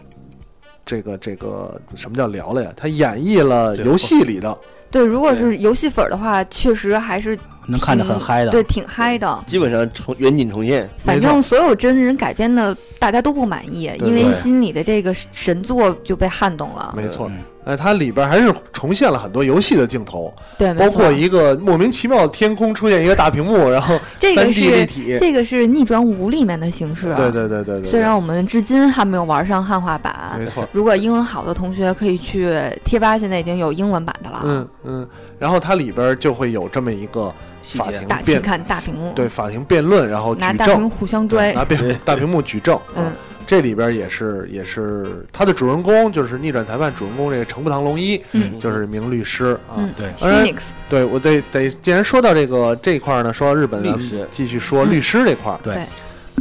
[SPEAKER 2] 这个这个什么叫聊了呀？它演绎了游戏里的，
[SPEAKER 6] 对，如果是游戏粉儿的话，确实还是
[SPEAKER 5] 嗯
[SPEAKER 3] 能看着很
[SPEAKER 6] 挺
[SPEAKER 3] 嗨的。
[SPEAKER 6] 嗯对，挺嗨的。
[SPEAKER 4] 基本上重远景重现。
[SPEAKER 6] 反正所有真人改编的，大家都不满意，
[SPEAKER 2] 对
[SPEAKER 6] 因为
[SPEAKER 4] 对
[SPEAKER 6] 心里的这个神作就被撼动了。
[SPEAKER 2] 没错
[SPEAKER 3] 嗯。
[SPEAKER 2] 但呃是它里边还是重现了很多游戏的镜头，
[SPEAKER 6] 对，没
[SPEAKER 2] 包
[SPEAKER 6] 错
[SPEAKER 2] 括一个莫名其妙天空出现一个大屏幕，然后
[SPEAKER 6] 这
[SPEAKER 2] 三
[SPEAKER 6] 个
[SPEAKER 2] D 立
[SPEAKER 6] 是
[SPEAKER 2] 体。
[SPEAKER 6] 这个是逆转五里面的形式啊。
[SPEAKER 2] 对对对对对，
[SPEAKER 6] 虽然我们至今还没有玩上汉化版
[SPEAKER 2] 没，错。
[SPEAKER 6] 如果英文好的同学可以去贴吧，现在已经有英文版的了啊。
[SPEAKER 2] 嗯嗯，然后它里边就会有这么一个
[SPEAKER 3] 细
[SPEAKER 2] 法
[SPEAKER 3] 节
[SPEAKER 2] 庭
[SPEAKER 6] 大气
[SPEAKER 2] 辩
[SPEAKER 6] 看大屏幕，
[SPEAKER 2] 对法庭辩论，然后
[SPEAKER 6] 拿
[SPEAKER 2] 举
[SPEAKER 6] 大屏幕
[SPEAKER 2] 证，
[SPEAKER 6] 互相追。
[SPEAKER 2] 对拿辩大屏幕举证。啊
[SPEAKER 6] 嗯，
[SPEAKER 2] 这里边也是也是他的主人公就是逆转裁判主人公这个程步堂龙一，
[SPEAKER 6] 嗯
[SPEAKER 2] 就是一名律师啊。
[SPEAKER 6] 嗯
[SPEAKER 3] 对，
[SPEAKER 2] 当然
[SPEAKER 6] ，Phoenix
[SPEAKER 2] 对我得得，既然说到这个这一块儿呢，说到日本，
[SPEAKER 4] 律
[SPEAKER 2] 咱
[SPEAKER 4] 师
[SPEAKER 2] 们继续说
[SPEAKER 6] 嗯
[SPEAKER 2] 律师这块儿。
[SPEAKER 3] 对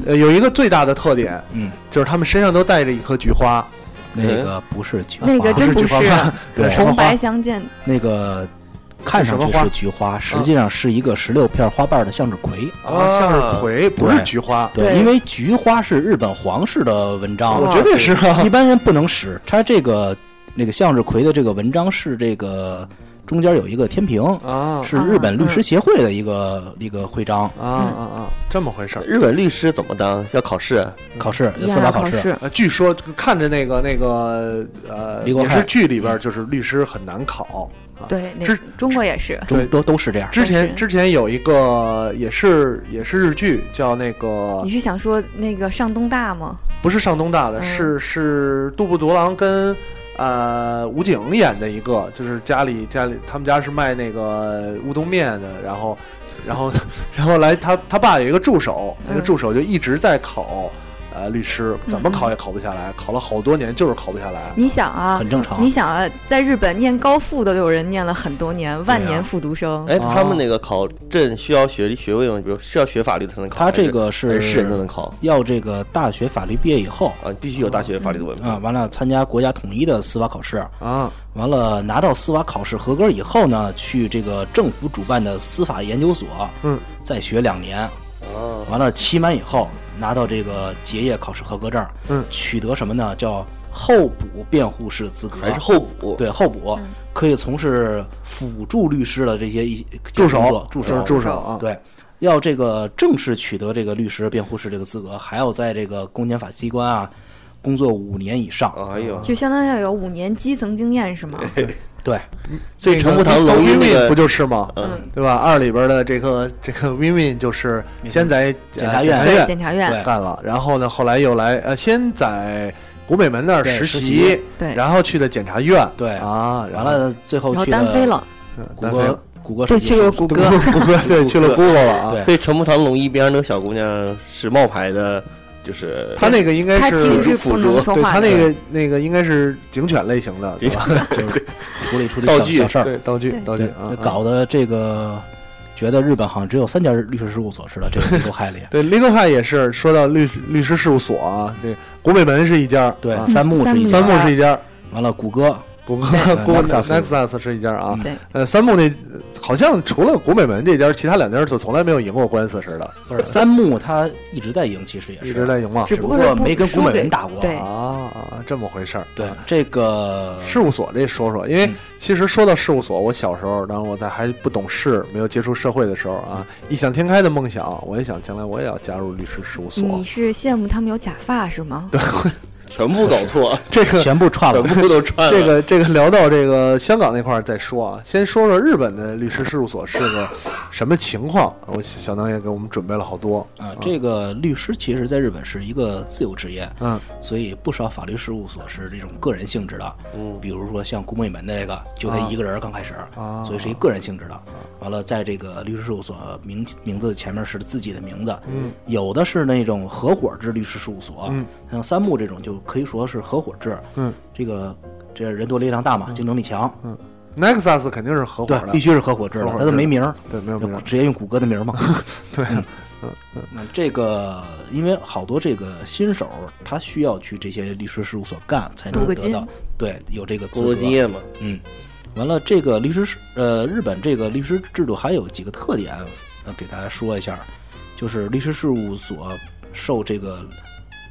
[SPEAKER 2] 呃，有一个最大的特点
[SPEAKER 3] 嗯，
[SPEAKER 2] 就是他们身上都带着一颗菊花，
[SPEAKER 3] 那个不是菊花，
[SPEAKER 6] 那个真
[SPEAKER 2] 啊不
[SPEAKER 6] 不
[SPEAKER 2] 是菊花
[SPEAKER 6] 是
[SPEAKER 2] 吧
[SPEAKER 3] 对
[SPEAKER 2] 什么
[SPEAKER 6] 红
[SPEAKER 2] 花
[SPEAKER 6] 白相间，
[SPEAKER 3] 那个看上去是菊花，实际上是一个十六片花瓣的向日葵。
[SPEAKER 2] 啊，向日葵不是菊花，
[SPEAKER 6] 对
[SPEAKER 3] 因为菊花是日本皇室的文章，
[SPEAKER 2] 我觉得也是啊
[SPEAKER 3] 一般人不能使。它这个那个向日葵的这个文章是这个中间有一个天平，
[SPEAKER 2] 啊
[SPEAKER 3] 是日本律师协会的一
[SPEAKER 2] 嗯
[SPEAKER 3] 个一个徽章
[SPEAKER 2] 啊啊啊，这么回事儿。
[SPEAKER 4] 日本律师怎么当？要考试啊？
[SPEAKER 2] 嗯
[SPEAKER 3] 考试，
[SPEAKER 6] 一
[SPEAKER 3] 司法
[SPEAKER 6] 样
[SPEAKER 3] 考
[SPEAKER 6] 考
[SPEAKER 3] 试。
[SPEAKER 6] 试，
[SPEAKER 2] 呃，据说看着那个那个呃，
[SPEAKER 3] 李国
[SPEAKER 2] 也
[SPEAKER 3] 泰
[SPEAKER 2] 是剧里边儿就是律师很难考。
[SPEAKER 6] 对，那
[SPEAKER 2] 之
[SPEAKER 6] 中国也是，
[SPEAKER 3] 中
[SPEAKER 2] 对
[SPEAKER 3] 都都是这样，
[SPEAKER 2] 之前
[SPEAKER 6] 是
[SPEAKER 2] 之前有一个也是也是日剧，叫那个
[SPEAKER 6] 你是想说那个上东大吗？
[SPEAKER 2] 不是上东大的，
[SPEAKER 6] 嗯
[SPEAKER 2] 是是杜布卓郎跟呃武警演的一个，就是家里家里他们家是卖那个乌冬面的，然后然后 然后来他他爸有一个助手，那个
[SPEAKER 6] 嗯
[SPEAKER 2] 助手就一直在考呃律师，怎么
[SPEAKER 6] 嗯嗯
[SPEAKER 2] 考也考不下来，考了好多年就是考不下来。
[SPEAKER 6] 你想啊
[SPEAKER 3] 很，正常
[SPEAKER 6] 你。想啊，在日本念高复都有人念了很多年，万
[SPEAKER 2] 对啊
[SPEAKER 6] 年复读生。
[SPEAKER 4] 哎，他们那个考证需要学历学位吗？比如是要学法律才能考，
[SPEAKER 3] 他这
[SPEAKER 4] 还
[SPEAKER 3] 个
[SPEAKER 4] 是还
[SPEAKER 3] 是
[SPEAKER 4] 是人都能考
[SPEAKER 3] 要这个大学法律毕业以后
[SPEAKER 4] 啊？必须有大学法律的文凭
[SPEAKER 3] 啊，完了参加国家统一的司法考试，
[SPEAKER 2] 啊，
[SPEAKER 3] 完了拿到司法考试合格以后呢，去这个政府主办的司法研究所，
[SPEAKER 2] 嗯，哦
[SPEAKER 3] 再学两年，
[SPEAKER 4] 啊。
[SPEAKER 3] 完了期满以后拿到这个结业考试合格证，
[SPEAKER 2] 嗯
[SPEAKER 3] 取得什么呢？叫候补辩护士资格，
[SPEAKER 4] 还是候补？，
[SPEAKER 3] 对候补
[SPEAKER 6] 嗯
[SPEAKER 3] 可以从事辅助律师的这些一
[SPEAKER 2] 助手
[SPEAKER 3] 工作助
[SPEAKER 2] 就
[SPEAKER 3] 手
[SPEAKER 2] 是助手啊，
[SPEAKER 3] 对。要这个正式取得这个律师、辩护士这个资格，还要在这个公检法机关啊工作五年以上。
[SPEAKER 4] 哎呦，
[SPEAKER 5] 嗯
[SPEAKER 6] 就相当于要有五年基层经验是吗？
[SPEAKER 3] 对，
[SPEAKER 2] 嗯所以
[SPEAKER 4] 陈步堂
[SPEAKER 2] 龙
[SPEAKER 4] 龙一
[SPEAKER 2] Win
[SPEAKER 4] 那
[SPEAKER 2] Win
[SPEAKER 4] 个
[SPEAKER 2] 不就是吗？
[SPEAKER 5] 呃
[SPEAKER 4] 嗯
[SPEAKER 2] 对吧？二里边的这个这个 Win Win 就是先在
[SPEAKER 3] 检
[SPEAKER 2] 呃
[SPEAKER 3] 察
[SPEAKER 2] 检
[SPEAKER 3] 院
[SPEAKER 2] 察
[SPEAKER 6] 对，
[SPEAKER 2] 院
[SPEAKER 6] 检察院
[SPEAKER 3] 对
[SPEAKER 2] 干了，然后呢，后来又来呃，先在古美门那儿
[SPEAKER 3] 对
[SPEAKER 2] 实
[SPEAKER 3] 实习
[SPEAKER 6] 对，
[SPEAKER 2] 然后去的检察院，
[SPEAKER 3] 对
[SPEAKER 2] 啊，
[SPEAKER 3] 完
[SPEAKER 2] 然后
[SPEAKER 3] 了最后
[SPEAKER 6] 然后
[SPEAKER 3] 去
[SPEAKER 6] 单飞
[SPEAKER 3] 了
[SPEAKER 6] 了，
[SPEAKER 3] 谷歌，谷歌
[SPEAKER 6] 对，
[SPEAKER 3] 审计
[SPEAKER 6] 去了
[SPEAKER 3] 事务所
[SPEAKER 6] 谷歌，
[SPEAKER 2] 谷歌对去了 Google 了啊，
[SPEAKER 3] 对
[SPEAKER 4] 所以陈木堂龙一边上那个小姑娘是冒牌的，就是
[SPEAKER 2] 他那个应该
[SPEAKER 6] 他其
[SPEAKER 2] 是
[SPEAKER 6] 实是
[SPEAKER 4] 辅
[SPEAKER 6] 不能
[SPEAKER 4] 助
[SPEAKER 6] 说
[SPEAKER 2] 对
[SPEAKER 6] 话
[SPEAKER 2] 他
[SPEAKER 6] 的。
[SPEAKER 2] 那个那个应该是警犬类型的，
[SPEAKER 4] 警
[SPEAKER 2] 对吧
[SPEAKER 3] 就是处理处理
[SPEAKER 4] 道
[SPEAKER 3] 小
[SPEAKER 4] 具
[SPEAKER 3] 小事儿，
[SPEAKER 2] 对道具
[SPEAKER 6] 对
[SPEAKER 2] 道具
[SPEAKER 3] 对
[SPEAKER 2] 啊，，啊
[SPEAKER 3] 搞得这个觉得日本好像只有三家律师事务所似的，这个
[SPEAKER 2] 。
[SPEAKER 3] 都害里
[SPEAKER 2] 对 legal 派也是说到律师律师事务所啊，这古美门是一家，
[SPEAKER 3] 对
[SPEAKER 2] 啊，
[SPEAKER 3] 三木是一
[SPEAKER 2] 三
[SPEAKER 3] 家，
[SPEAKER 2] 木是一家，
[SPEAKER 3] 完了谷歌
[SPEAKER 2] 谷歌
[SPEAKER 3] 对
[SPEAKER 2] Google
[SPEAKER 3] Nexus
[SPEAKER 2] Nexus 是一家啊
[SPEAKER 3] 嗯，
[SPEAKER 6] 对，
[SPEAKER 2] 呃，三木那好像除了古美门这家，其他两家就从来没有赢过官司似的，
[SPEAKER 3] 不是三木，他一直在赢，其实也
[SPEAKER 2] 一直
[SPEAKER 3] 是，
[SPEAKER 2] 在赢嘛，
[SPEAKER 3] 只
[SPEAKER 6] 只
[SPEAKER 3] 不
[SPEAKER 6] 不过是不
[SPEAKER 3] 没跟
[SPEAKER 6] 输
[SPEAKER 3] 古美
[SPEAKER 6] 给
[SPEAKER 3] 门打过。
[SPEAKER 6] 对
[SPEAKER 2] 啊，啊这么回事儿。
[SPEAKER 3] 对
[SPEAKER 2] 啊，
[SPEAKER 3] 这个
[SPEAKER 2] 事务所这说说，因为
[SPEAKER 3] 嗯
[SPEAKER 2] 其实说到事务所，我小时候，当我在还不懂事、没有接触社会的时候啊，
[SPEAKER 3] 嗯
[SPEAKER 2] 异想天开的梦想，我也想将来我也要加入律师事务所
[SPEAKER 6] 你。是羡慕他们有假发是吗？
[SPEAKER 4] 全部搞错，
[SPEAKER 2] 这个
[SPEAKER 3] 全部串
[SPEAKER 4] 全
[SPEAKER 3] 了。
[SPEAKER 4] 部都
[SPEAKER 3] 呃
[SPEAKER 4] 串了。
[SPEAKER 2] 这个这个聊到这个香港那块儿再说啊，先说说日本的律师事务所是 个什么情况。我小当也给我们准备了好多，
[SPEAKER 3] 啊，这个律师其实在日本是一个自由职业，
[SPEAKER 2] 嗯，
[SPEAKER 3] 所以不少法律事务所是这种个人性质的，
[SPEAKER 4] 嗯，
[SPEAKER 3] 比如说像古美门的这个，就他一个人儿刚开始，
[SPEAKER 2] 啊
[SPEAKER 3] 所以是一个人性质的。完了，在这个律师事务所名名字前面是自己的名字，
[SPEAKER 2] 嗯，
[SPEAKER 3] 有的是那种合伙制律师事务所，
[SPEAKER 2] 嗯，
[SPEAKER 3] 像三木这种就可以说是合伙制，
[SPEAKER 2] 嗯，
[SPEAKER 3] 这个这人多力量大嘛，竞争力强，
[SPEAKER 2] Nexus 肯定是合伙
[SPEAKER 3] 对
[SPEAKER 2] 的，，
[SPEAKER 3] 必须是合伙制
[SPEAKER 2] 合
[SPEAKER 3] 的
[SPEAKER 2] 伙，制
[SPEAKER 3] 他都没名儿，
[SPEAKER 2] 对没有
[SPEAKER 3] 就
[SPEAKER 2] 名儿
[SPEAKER 3] 直接用谷歌的名儿嘛。 对，嗯，那这个因为好多这个新手儿他需要去这些律师事务所干，才能
[SPEAKER 6] 镀个
[SPEAKER 3] 得
[SPEAKER 6] 金
[SPEAKER 3] 到对有这个资
[SPEAKER 4] 工作
[SPEAKER 3] 格。
[SPEAKER 4] 经验嘛，
[SPEAKER 3] 嗯，完了，这个律师是呃，日本这个律师制度还有几个特点，呃，给大家说一下，就是律师事务所受这个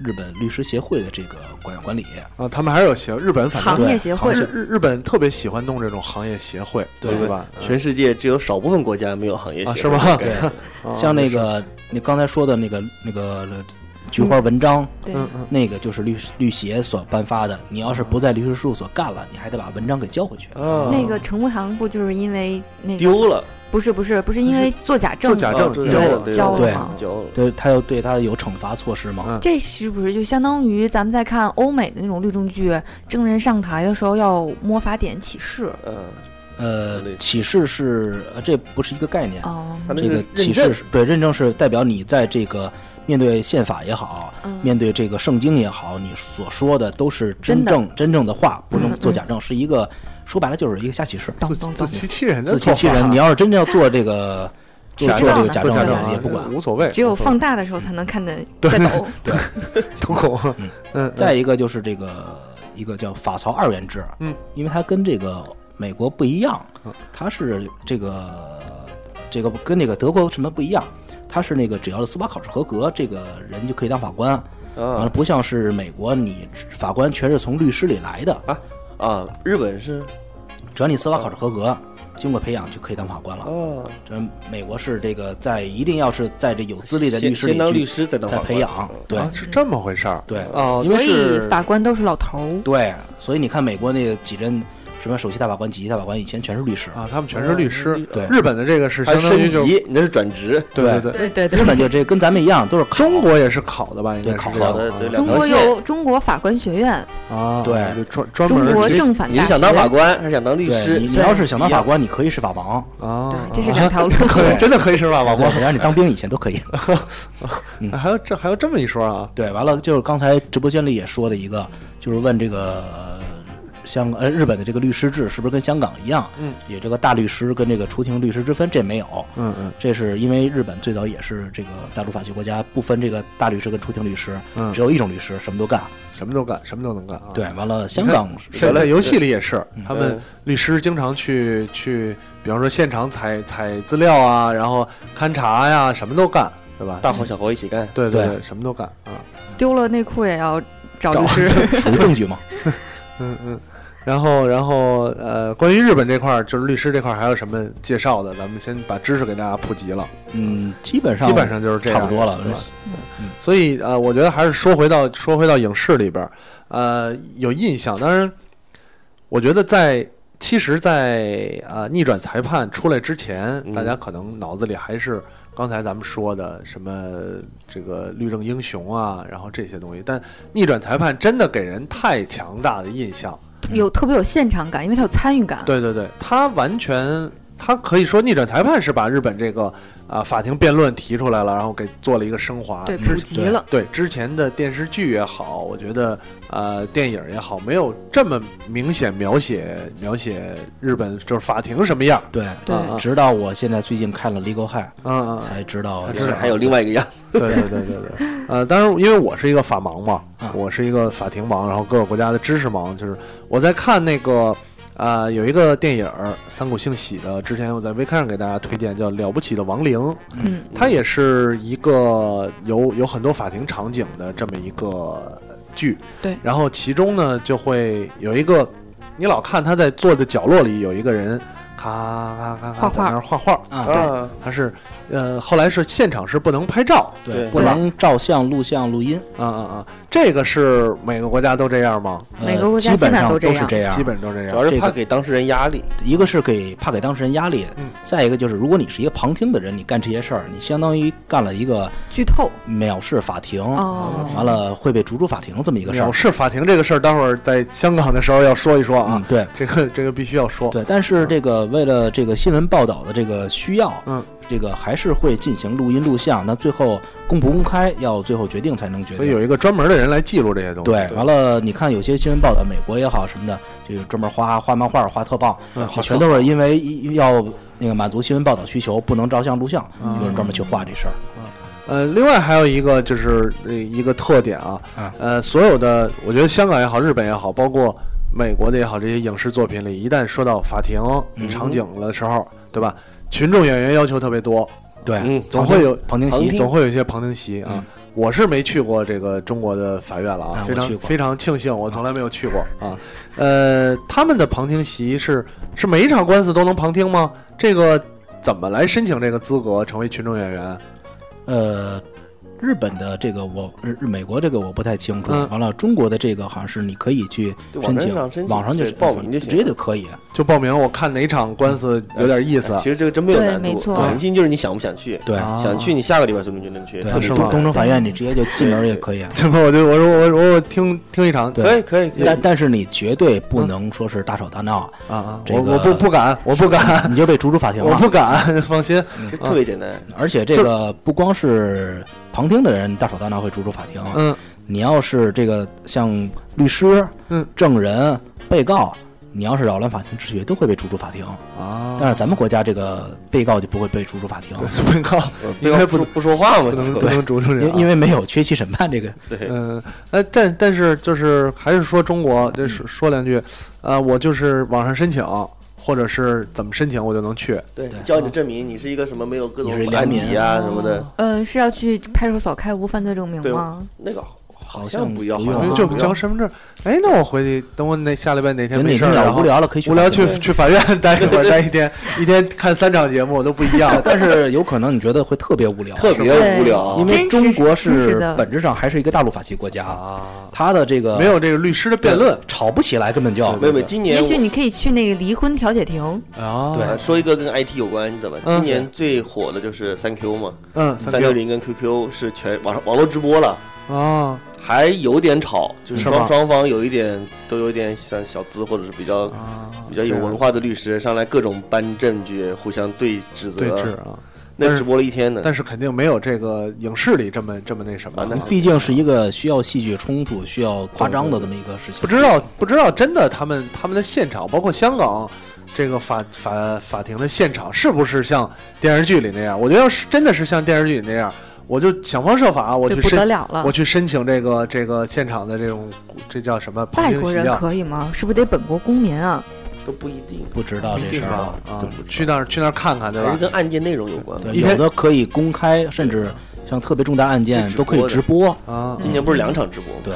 [SPEAKER 3] 日本律师协会的这个管管理，
[SPEAKER 2] 啊，他们还是有协日本，反正
[SPEAKER 6] 行业协
[SPEAKER 2] 好
[SPEAKER 6] 会
[SPEAKER 2] 像是日日本特别喜欢弄这种行业协会，
[SPEAKER 3] 对
[SPEAKER 2] 对吧？嗯
[SPEAKER 4] 全世界只有少部分国家没有行业
[SPEAKER 2] 啊
[SPEAKER 4] 协
[SPEAKER 2] 是
[SPEAKER 4] 会
[SPEAKER 2] 吗
[SPEAKER 4] 这个
[SPEAKER 3] 对
[SPEAKER 4] 概念，
[SPEAKER 2] 啊
[SPEAKER 3] 像那个你刚才说的那个那个呃菊花文章。
[SPEAKER 6] 对，
[SPEAKER 2] 嗯嗯
[SPEAKER 3] 那个就是律律协所颁发的，你要是不在律师事务所干了，你还得把文章给交回去。
[SPEAKER 2] 啊
[SPEAKER 6] 那个程步堂不就是因为那个
[SPEAKER 4] 丢了，
[SPEAKER 6] 不是不是不是因为做假证
[SPEAKER 2] 做假
[SPEAKER 4] 啊
[SPEAKER 2] 证
[SPEAKER 4] 这个
[SPEAKER 2] 交
[SPEAKER 6] 了
[SPEAKER 4] 对
[SPEAKER 6] 交
[SPEAKER 3] 了
[SPEAKER 6] 吗
[SPEAKER 4] 交了。
[SPEAKER 3] 对，他要对他有惩罚措施嘛？
[SPEAKER 2] 嗯
[SPEAKER 6] 这是不是就相当于咱们在看欧美的那种律政剧，证人上台的时候要摸法典启示？
[SPEAKER 4] 嗯，
[SPEAKER 3] 呃
[SPEAKER 4] 类，似
[SPEAKER 3] 启示是呃，这不是一个概念，
[SPEAKER 6] 哦，
[SPEAKER 4] 他那
[SPEAKER 3] 这个启示
[SPEAKER 4] 认证
[SPEAKER 3] 是对认证是代表你在这个面对宪法也好，
[SPEAKER 6] 嗯
[SPEAKER 3] 面对这个圣经也好，你所说的都是真
[SPEAKER 6] 真的
[SPEAKER 3] 正真正的话，不能
[SPEAKER 6] 嗯
[SPEAKER 3] 做假证，是一个说白了就是一个瞎启示，
[SPEAKER 6] 懂
[SPEAKER 2] 自
[SPEAKER 6] 懂
[SPEAKER 2] 自
[SPEAKER 6] 懂，
[SPEAKER 2] 欺欺人的
[SPEAKER 3] 自欺欺
[SPEAKER 2] 嗯做法
[SPEAKER 3] 人。你要是真正要做这个做
[SPEAKER 2] 假
[SPEAKER 3] 做这
[SPEAKER 6] 证
[SPEAKER 3] 个
[SPEAKER 6] 呢
[SPEAKER 3] 假
[SPEAKER 2] 做
[SPEAKER 3] 证
[SPEAKER 2] 假证
[SPEAKER 6] 啊
[SPEAKER 3] 也也不管。
[SPEAKER 2] 无所谓，
[SPEAKER 6] 只有
[SPEAKER 2] 无所
[SPEAKER 6] 放大的时候才能看得再懂。
[SPEAKER 2] 都懂。嗯嗯，
[SPEAKER 3] 再一个就是这个一个叫法曹二元制，
[SPEAKER 2] 嗯，
[SPEAKER 3] 因为它跟这个美国不一样，
[SPEAKER 4] 嗯
[SPEAKER 3] 它是这个这个跟那个德国什么不一样，它是那个只要是司法考试合格，这个人就可以当法官，完了
[SPEAKER 4] 啊
[SPEAKER 3] 不像是美国你法官全是从律师里来的，
[SPEAKER 4] 啊，日本是
[SPEAKER 3] 只要你司法考试合格，经过培养就可以当法官了。
[SPEAKER 4] 哦，
[SPEAKER 3] 这美国是这个在一定要是在这有资历的律
[SPEAKER 4] 先
[SPEAKER 3] 师
[SPEAKER 4] 先当律
[SPEAKER 3] 里去
[SPEAKER 4] 师再当
[SPEAKER 3] 再
[SPEAKER 4] 法官哦啊
[SPEAKER 3] 培养，对
[SPEAKER 2] 啊，是这么回事儿。
[SPEAKER 3] 对
[SPEAKER 2] 哦，
[SPEAKER 6] 所以
[SPEAKER 2] 是
[SPEAKER 6] 法官都是老头儿。
[SPEAKER 3] 对，所以你看美国那个几任什么首席大法官、几级大法官，以前全是律师，
[SPEAKER 2] 啊，他们全是律师。
[SPEAKER 3] 嗯对
[SPEAKER 2] 日本的这个是
[SPEAKER 4] 还
[SPEAKER 2] 相
[SPEAKER 4] 有
[SPEAKER 2] 当于
[SPEAKER 4] 升
[SPEAKER 2] 就
[SPEAKER 4] 级，你那是转职，
[SPEAKER 2] 对对对，
[SPEAKER 6] 对对
[SPEAKER 3] 日本就这跟咱们一样都是考
[SPEAKER 2] 中国也是考的吧？应该
[SPEAKER 3] 对
[SPEAKER 2] 是
[SPEAKER 3] 考
[SPEAKER 2] 这样
[SPEAKER 4] 的对两
[SPEAKER 6] 中
[SPEAKER 4] 条
[SPEAKER 6] 国
[SPEAKER 4] 线。
[SPEAKER 6] 有中国法官学院，
[SPEAKER 2] 啊，
[SPEAKER 3] 对
[SPEAKER 2] 就专专
[SPEAKER 6] 中
[SPEAKER 2] 门
[SPEAKER 6] 国
[SPEAKER 2] 儿
[SPEAKER 6] 正反
[SPEAKER 4] 你
[SPEAKER 6] 大
[SPEAKER 4] 是
[SPEAKER 6] 学。
[SPEAKER 4] 想当法官还是想当律
[SPEAKER 3] 对
[SPEAKER 4] 师
[SPEAKER 3] 你，？你要是想当法官，你可以是法王，
[SPEAKER 2] 啊，
[SPEAKER 6] 对这是两条路
[SPEAKER 2] 可以真的可以是法
[SPEAKER 3] 法
[SPEAKER 2] 王吗？
[SPEAKER 3] 让你当兵以前都可以。
[SPEAKER 2] 啊还有这 还有这么一说啊？
[SPEAKER 3] 对，完了就是刚才直播间里也说了一个，就是问这个呃香呃日本的这个律师制是不是跟香港一样，
[SPEAKER 2] 嗯，
[SPEAKER 3] 有这个大律师跟这个出庭律师之分，这没有，
[SPEAKER 2] 嗯嗯
[SPEAKER 3] 这是因为日本最早也是这个大陆法系国家，不分这个大律师跟出庭律师，
[SPEAKER 2] 嗯
[SPEAKER 3] 只，有一种律师，什么都干。
[SPEAKER 2] 什么都干，什么都能干啊。
[SPEAKER 3] 对，完了，
[SPEAKER 2] 你
[SPEAKER 3] 香
[SPEAKER 2] 看，
[SPEAKER 3] 港
[SPEAKER 2] 是在游戏里也是，他们
[SPEAKER 4] 嗯
[SPEAKER 2] 律师经常去去，比方说现场采采资料啊，然后勘察呀，什么都干，对吧？
[SPEAKER 4] 大活小活一起干。
[SPEAKER 2] 对
[SPEAKER 3] 对
[SPEAKER 2] 对，什么都干啊。
[SPEAKER 6] 丢了内裤也要找
[SPEAKER 2] 找
[SPEAKER 6] 律师。
[SPEAKER 3] 属于证据嘛？
[SPEAKER 2] 嗯嗯。然后，然后，呃，关于日本这块儿，就是律师这块儿，还有什么介绍的？咱们先把知识给大家普及了，
[SPEAKER 3] 嗯，基本上
[SPEAKER 2] 基本上就是这样，
[SPEAKER 3] 差不多了
[SPEAKER 2] 对吧
[SPEAKER 6] 嗯
[SPEAKER 3] 嗯
[SPEAKER 2] 所以，呃，我觉得还是说回到说回到影视里边儿，呃，有印象。当然，我觉得在其实在，呃逆转裁判出来之前，
[SPEAKER 4] 嗯
[SPEAKER 2] 大家可能脑子里还是刚才咱们说的什么这个律政英雄啊，然后这些东西。但逆转裁判真的给人太强大的印象。
[SPEAKER 6] 有特别有现场感，因为它有参与感。
[SPEAKER 2] 对对对，他完全，他可以说逆转裁判是把日本这个啊、法庭辩论提出来了，然后给做了一个升华。
[SPEAKER 6] 对，
[SPEAKER 2] 之
[SPEAKER 6] 普及了。
[SPEAKER 2] 对之前的电视剧也好，我觉得呃电影也好，没有这么明显描写描写日本就是法庭什么样。
[SPEAKER 3] 对。
[SPEAKER 6] 对啊
[SPEAKER 2] 啊啊
[SPEAKER 3] 直到我现在最近看了《Legal High
[SPEAKER 2] 嗯嗯》，嗯，
[SPEAKER 3] 才知道
[SPEAKER 2] 才
[SPEAKER 3] 这
[SPEAKER 2] 知
[SPEAKER 4] 是
[SPEAKER 2] 道
[SPEAKER 4] 还有另外一个样，
[SPEAKER 2] 对对对对对。呃，当然，因为我是一个法盲嘛
[SPEAKER 3] 啊，
[SPEAKER 2] 我是一个法庭盲，然后各个国家的知识盲，就是我在看那个。呃，有一个电影儿三谷幸喜的，之前我在微看上给大家推荐，叫《了不起的亡灵》。
[SPEAKER 6] 嗯，
[SPEAKER 2] 它也是一个有有很多法庭场景的这么一个剧。
[SPEAKER 6] 对
[SPEAKER 2] 然后其中呢就会有一个，你老看他在坐的角落里有一个人，咔咔咔
[SPEAKER 6] 画
[SPEAKER 2] 咔在
[SPEAKER 6] 画
[SPEAKER 2] 那儿画画。
[SPEAKER 3] 啊，
[SPEAKER 4] 啊，
[SPEAKER 2] 他是，呃，后来是现场是不能拍照，
[SPEAKER 4] 对
[SPEAKER 3] 不能照相、录像、录音，
[SPEAKER 2] 啊啊啊！这个是每个国家都这样吗？
[SPEAKER 3] 呃
[SPEAKER 6] 每个国家
[SPEAKER 3] 基本上
[SPEAKER 6] 基本上都这
[SPEAKER 3] 是
[SPEAKER 6] 样
[SPEAKER 3] 这样
[SPEAKER 2] 基。本都这
[SPEAKER 4] 主
[SPEAKER 2] 样。
[SPEAKER 4] 要
[SPEAKER 3] 这
[SPEAKER 4] 是怕
[SPEAKER 3] 个
[SPEAKER 4] 给当事人压力。
[SPEAKER 3] 一个是给怕给当事人压力
[SPEAKER 2] 嗯，
[SPEAKER 3] 再一个就是如果你是一个旁听的人，你干这些事儿，你相当于干了一个
[SPEAKER 6] 剧透
[SPEAKER 3] 藐视法庭，
[SPEAKER 6] 哦，
[SPEAKER 3] 完了会被逐出法庭这么一个事
[SPEAKER 2] 藐
[SPEAKER 3] 儿。
[SPEAKER 2] 视法庭这个事儿，待会儿在香港的时候要说一说啊
[SPEAKER 3] 嗯，，对，
[SPEAKER 2] 这个这个必须要说。
[SPEAKER 3] 对，但是这个为了这个新闻报道的这个需要，
[SPEAKER 2] 嗯，
[SPEAKER 3] 这个还是会进行录音录像。那最后公不公开，要最后决定才能决
[SPEAKER 2] 所以有
[SPEAKER 3] 定。
[SPEAKER 2] 一个专门的人来记录这些东西。
[SPEAKER 3] 对，完了，你看有些新闻报道，美国也好什么的，就是专门画画漫画、画特报，
[SPEAKER 2] 嗯好
[SPEAKER 3] 全都是因为一要那个满足新闻报道需求，不能照相录像，
[SPEAKER 2] 嗯
[SPEAKER 3] 有人专门去画这事儿。
[SPEAKER 2] 呃，另外还有一个就是呃一个特点啊
[SPEAKER 3] 啊，
[SPEAKER 2] 呃，所有的我觉得香港也好，日本也好，包括美国的也好，这些影视作品里，一旦说到法庭
[SPEAKER 3] 嗯
[SPEAKER 2] 场景的时候，对吧？群众演员要求特别多，
[SPEAKER 3] 对，
[SPEAKER 4] 嗯
[SPEAKER 2] 总会有
[SPEAKER 3] 旁听
[SPEAKER 4] 旁
[SPEAKER 3] 席
[SPEAKER 4] 听
[SPEAKER 2] 总会有一些旁听席啊
[SPEAKER 3] 嗯。
[SPEAKER 2] 我是没去过这个中国的法院了啊
[SPEAKER 3] 啊，
[SPEAKER 2] 非
[SPEAKER 3] 我去
[SPEAKER 2] 常
[SPEAKER 3] 过
[SPEAKER 2] 非常庆幸，我从来没有去过啊。呃，他们的旁听席是是每一场官司都能旁听吗？这个怎么来申请这个资格成为群众演员？
[SPEAKER 3] 呃，日本的这个我日日美国这个我不太清楚。
[SPEAKER 2] 嗯
[SPEAKER 3] 完了，中国的这个好像是你可以去
[SPEAKER 4] 对
[SPEAKER 3] 申
[SPEAKER 4] 网
[SPEAKER 3] 请，
[SPEAKER 4] 站上申请
[SPEAKER 3] 网上就是
[SPEAKER 4] 对报名就行
[SPEAKER 3] 直接就可以。
[SPEAKER 2] 就报名，我看哪场官司有点意思。
[SPEAKER 4] 呃其实这个真没有
[SPEAKER 6] 对
[SPEAKER 4] 难
[SPEAKER 6] 没
[SPEAKER 4] 度，
[SPEAKER 6] 错
[SPEAKER 4] 诚信就是你想不想去，
[SPEAKER 3] 对，
[SPEAKER 2] 啊
[SPEAKER 4] 想去你下个礼拜说不定就能去，
[SPEAKER 3] 对，啊
[SPEAKER 4] 特别
[SPEAKER 2] 是
[SPEAKER 3] 东
[SPEAKER 2] 吗
[SPEAKER 4] 多
[SPEAKER 3] 东城法院你直接就进门也可以。
[SPEAKER 2] 这不，我就我说我我我听听一场，
[SPEAKER 3] 对
[SPEAKER 4] 可以可以可以，
[SPEAKER 3] 但但是你绝对不能说是大吵大闹，
[SPEAKER 2] 啊啊，
[SPEAKER 3] 嗯这
[SPEAKER 2] 我
[SPEAKER 3] 个啊
[SPEAKER 2] 我不不敢，我不敢，
[SPEAKER 3] 你就被逐出法庭
[SPEAKER 2] 我
[SPEAKER 3] 了。
[SPEAKER 2] 不敢， 放心。
[SPEAKER 4] 其实特别简单，
[SPEAKER 3] 而且这个不光是旁听的人大吵大闹会逐出法庭，
[SPEAKER 2] 嗯，
[SPEAKER 3] 你要是这个像律师、
[SPEAKER 2] 嗯
[SPEAKER 3] 证人、被告，你要是扰乱法庭秩序，都会被逐出法庭。
[SPEAKER 2] 啊
[SPEAKER 3] 但是咱们国家这个被告就不会被逐出法庭，
[SPEAKER 2] 不靠，
[SPEAKER 4] 呃
[SPEAKER 2] 应该不
[SPEAKER 4] 不说不说话嘛，
[SPEAKER 2] 不能
[SPEAKER 4] 就
[SPEAKER 2] 不能逐出这
[SPEAKER 3] 因
[SPEAKER 2] 个，
[SPEAKER 3] 因
[SPEAKER 2] 为
[SPEAKER 3] 为没有缺席审判这个。
[SPEAKER 4] 对，
[SPEAKER 2] 啊嗯，呃，但但是就是还是说中国，这说说两句，呃，我就是网上申请，或者是怎么申请，我就能去。
[SPEAKER 4] 对
[SPEAKER 3] 对，
[SPEAKER 4] 交你的证明，你是一个什么没有各种
[SPEAKER 3] 你是
[SPEAKER 4] 案
[SPEAKER 3] 良
[SPEAKER 4] 底
[SPEAKER 3] 民
[SPEAKER 6] 呃
[SPEAKER 4] 啊什么的，
[SPEAKER 6] 哦嗯，是要去派出所开无犯罪证明
[SPEAKER 4] 对
[SPEAKER 6] 吗？
[SPEAKER 4] 那个好
[SPEAKER 3] 好
[SPEAKER 4] 像不要
[SPEAKER 3] 不
[SPEAKER 4] 好像
[SPEAKER 2] 因
[SPEAKER 3] 用
[SPEAKER 2] 为
[SPEAKER 3] 啊，
[SPEAKER 2] 就
[SPEAKER 4] 不要
[SPEAKER 2] 交身份证。哎，那我回去，等我那下礼拜哪天
[SPEAKER 3] 就
[SPEAKER 2] 没
[SPEAKER 3] 哪
[SPEAKER 2] 事儿
[SPEAKER 3] 天
[SPEAKER 2] 了，然
[SPEAKER 3] 要
[SPEAKER 2] 后
[SPEAKER 3] 无聊了可以去
[SPEAKER 2] 无聊去
[SPEAKER 3] 法庭
[SPEAKER 2] 去法院待一会儿，待一天，一天看三场节目都不一 样。
[SPEAKER 3] 呃但是有可能你觉得会特别无聊，
[SPEAKER 4] 特别无聊
[SPEAKER 3] 因。为
[SPEAKER 6] 真
[SPEAKER 3] 中
[SPEAKER 6] 是
[SPEAKER 3] 国
[SPEAKER 6] 真是
[SPEAKER 3] 是
[SPEAKER 6] 的
[SPEAKER 3] 本质上还是一个大陆法系国家，
[SPEAKER 2] 啊，
[SPEAKER 3] 它的这个
[SPEAKER 2] 没有这个律师的辩论
[SPEAKER 3] 吵不起来，根本就
[SPEAKER 4] 妹妹，今年
[SPEAKER 6] 也
[SPEAKER 4] 我
[SPEAKER 6] 许你可以去那个离婚调解庭，
[SPEAKER 2] 啊，
[SPEAKER 4] 啊说一个跟 IT 有关的吧。
[SPEAKER 2] 嗯
[SPEAKER 4] 今年最火的就是三 Q 嘛，
[SPEAKER 2] 嗯，
[SPEAKER 4] 三六零跟 QQ 是全网上网络直播了，
[SPEAKER 2] 啊，
[SPEAKER 4] 还有点吵，就是
[SPEAKER 2] 是
[SPEAKER 4] 双
[SPEAKER 2] 吗
[SPEAKER 4] 双方有一点都有点像小资或者是比较
[SPEAKER 2] 啊
[SPEAKER 4] 比较有文化的律师上来各种搬证据，互相对指
[SPEAKER 2] 对峙
[SPEAKER 4] 责，
[SPEAKER 2] 啊，但
[SPEAKER 4] 那
[SPEAKER 2] 是
[SPEAKER 4] 直播了一天呢。
[SPEAKER 2] 但是肯定没有这个影视里这么这么那什么
[SPEAKER 4] 啊，那
[SPEAKER 2] 了。
[SPEAKER 3] 毕竟是一个需要戏剧冲突、需要夸张的这么一个事情。
[SPEAKER 2] 不知道不知道真的他们他们的现场，包括香港这个法法法庭的现场，是不是像电视剧里那样？我觉得要是真的是像电视剧里那样，我就想方设法，我
[SPEAKER 6] 这
[SPEAKER 2] 去
[SPEAKER 6] 不得
[SPEAKER 2] 申
[SPEAKER 6] 了了
[SPEAKER 2] 我。去申请这个这个现场的这种这叫什么旁
[SPEAKER 6] 外
[SPEAKER 2] 听
[SPEAKER 6] 国
[SPEAKER 2] 席
[SPEAKER 6] 人
[SPEAKER 2] 啊？
[SPEAKER 6] 可以吗？是不是得本国公民啊？
[SPEAKER 4] 都不一定，
[SPEAKER 3] 不知道
[SPEAKER 2] 不一
[SPEAKER 3] 这
[SPEAKER 2] 定
[SPEAKER 3] 事儿
[SPEAKER 2] 吧啊
[SPEAKER 4] 真不知，道
[SPEAKER 2] 去那儿去那儿看看对
[SPEAKER 4] 还
[SPEAKER 2] 吧
[SPEAKER 4] 是？跟案件内容有关。
[SPEAKER 3] 对，
[SPEAKER 2] 一天
[SPEAKER 3] 有的可以公开，甚至像特别重大案件
[SPEAKER 4] 可以直
[SPEAKER 3] 都
[SPEAKER 4] 播
[SPEAKER 3] 可以直播。
[SPEAKER 2] 啊，
[SPEAKER 4] 今年不是两场直播吗？
[SPEAKER 3] 对